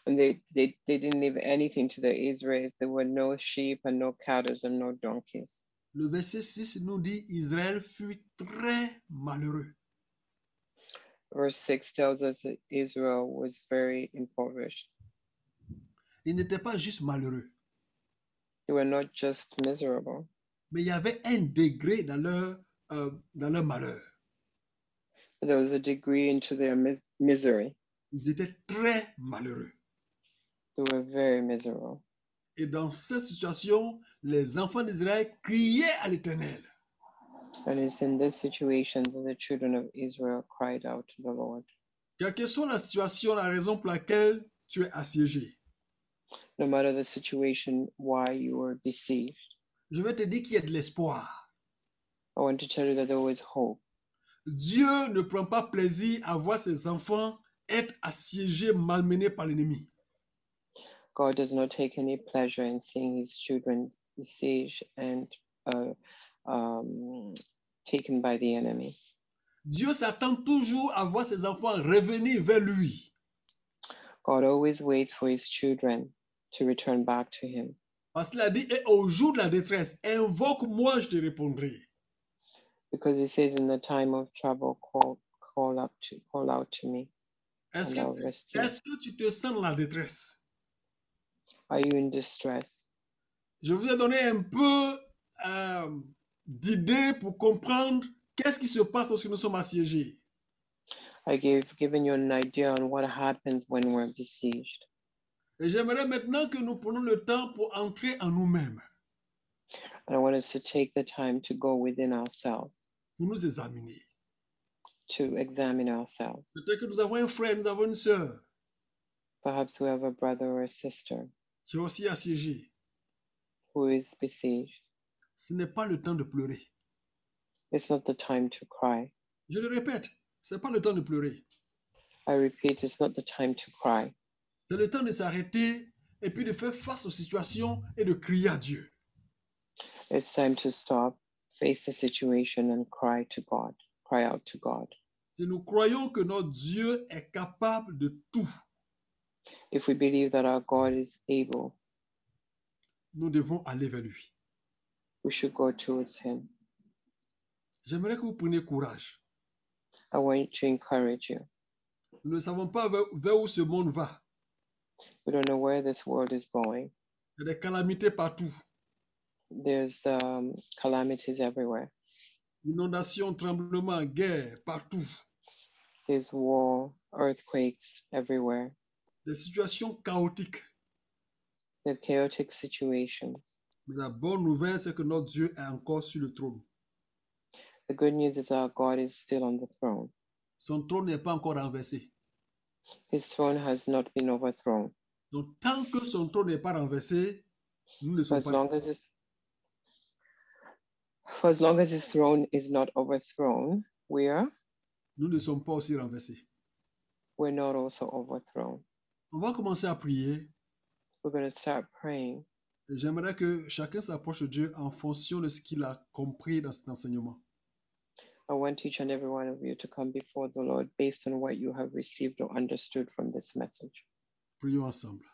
Speaker 2: And they, they, they didn't leave anything to the Israelites. There were no sheep and no cattle and no donkeys.
Speaker 1: Le verset 6 nous dit Israël fut très malheureux.
Speaker 2: Verse 6 tells us that Israel was very impoverished.
Speaker 1: Ils n'étaient pas juste malheureux,
Speaker 2: They were not just miserable,
Speaker 1: mais il y avait un degré dans leur, euh, dans leur malheur.
Speaker 2: but there was a degree into their mis- misery.
Speaker 1: Ils étaient très malheureux.
Speaker 2: They were very miserable.
Speaker 1: Et dans cette situation, les enfants d'Israël criaient à l'Éternel.
Speaker 2: And it's in this situation that the children of Israel cried out to the Lord.
Speaker 1: Quelle que soit la situation, la raison pour laquelle tu es assiégé,
Speaker 2: No matter the situation, why you were besieged,
Speaker 1: je vais te dire qu'il y a de l'espoir.
Speaker 2: I want to tell you that there was hope.
Speaker 1: Dieu ne prend pas plaisir à voir ses enfants être assiégés, malmenés par l'ennemi.
Speaker 2: God does not take any pleasure in seeing his children besieged and uh, um, taken by the enemy.
Speaker 1: Dieu s'attend toujours à voir ses enfants revenir vers lui.
Speaker 2: God always waits for his children to return back to him
Speaker 1: Parce qu'il a dit, et au jour de la détresse, invoque-moi, je te répondrai.
Speaker 2: because he says, In the time of trouble, call, call, up to, call out to me
Speaker 1: Est-ce
Speaker 2: and
Speaker 1: que,
Speaker 2: I'll rescue.
Speaker 1: est-ce que tu te sens dans la détresse?
Speaker 2: Are you in distress?
Speaker 1: Je vous ai donné un peu euh, d'idées pour comprendre qu'est-ce qui se passe lorsque nous sommes assiégés.
Speaker 2: I gave given you an idea on what happens when we're besieged.
Speaker 1: Et j'aimerais maintenant que nous prenions le temps pour entrer en nous-mêmes,
Speaker 2: And I want us to take the time to go within ourselves,
Speaker 1: pour nous examiner.
Speaker 2: to examine ourselves.
Speaker 1: Peut-être que nous avons un frère, nous avons une sœur
Speaker 2: Perhaps we have a brother or a sister
Speaker 1: qui est aussi assiégée.
Speaker 2: who is besieged.
Speaker 1: Ce n'est pas le temps de pleurer.
Speaker 2: It's not the time to cry.
Speaker 1: Je le répète, ce n'est pas le temps de pleurer.
Speaker 2: I repeat, it's not the time to cry.
Speaker 1: C'est le temps de s'arrêter et puis de faire face aux situations et de crier à Dieu.
Speaker 2: It's time to stop, face the situation, and cry to God. Cry out to God.
Speaker 1: Si nous croyons que notre Dieu est capable de tout,
Speaker 2: If we believe that our God is able,
Speaker 1: nous devons aller vers lui.
Speaker 2: we should go towards Him.
Speaker 1: J'aimerais que vous preniez courage.
Speaker 2: I want to encourage you.
Speaker 1: Nous ne savons pas vers, vers où ce monde va.
Speaker 2: We don't know where this world is going.
Speaker 1: Il y a des calamités partout.
Speaker 2: There's um, calamities everywhere.
Speaker 1: Inondations, tremblements, guerres, partout.
Speaker 2: There's war, earthquakes everywhere.
Speaker 1: Des situations chaotiques.
Speaker 2: There are chaotic situations.
Speaker 1: Mais la bonne nouvelle, c'est que notre Dieu est encore sur le trône.
Speaker 2: The good news is our God is still on the throne.
Speaker 1: Son trône n'est pas encore renversé.
Speaker 2: His throne has not been overthrown.
Speaker 1: Donc, tant que son trône n'est pas renversé, nous ne
Speaker 2: For
Speaker 1: sommes
Speaker 2: as
Speaker 1: pas.
Speaker 2: long as his, for as long as his throne is not overthrown, we are
Speaker 1: Nous ne sommes pas aussi renversés.
Speaker 2: we're not also overthrown.
Speaker 1: On va commencer à prier.
Speaker 2: We're going to start praying.
Speaker 1: Et J'aimerais que chacun s'approche de Dieu en fonction de ce qu'il a compris dans cet enseignement.
Speaker 2: I want each and every one of you to come before the Lord based on what you have received or understood from this message.
Speaker 1: Prions ensemble.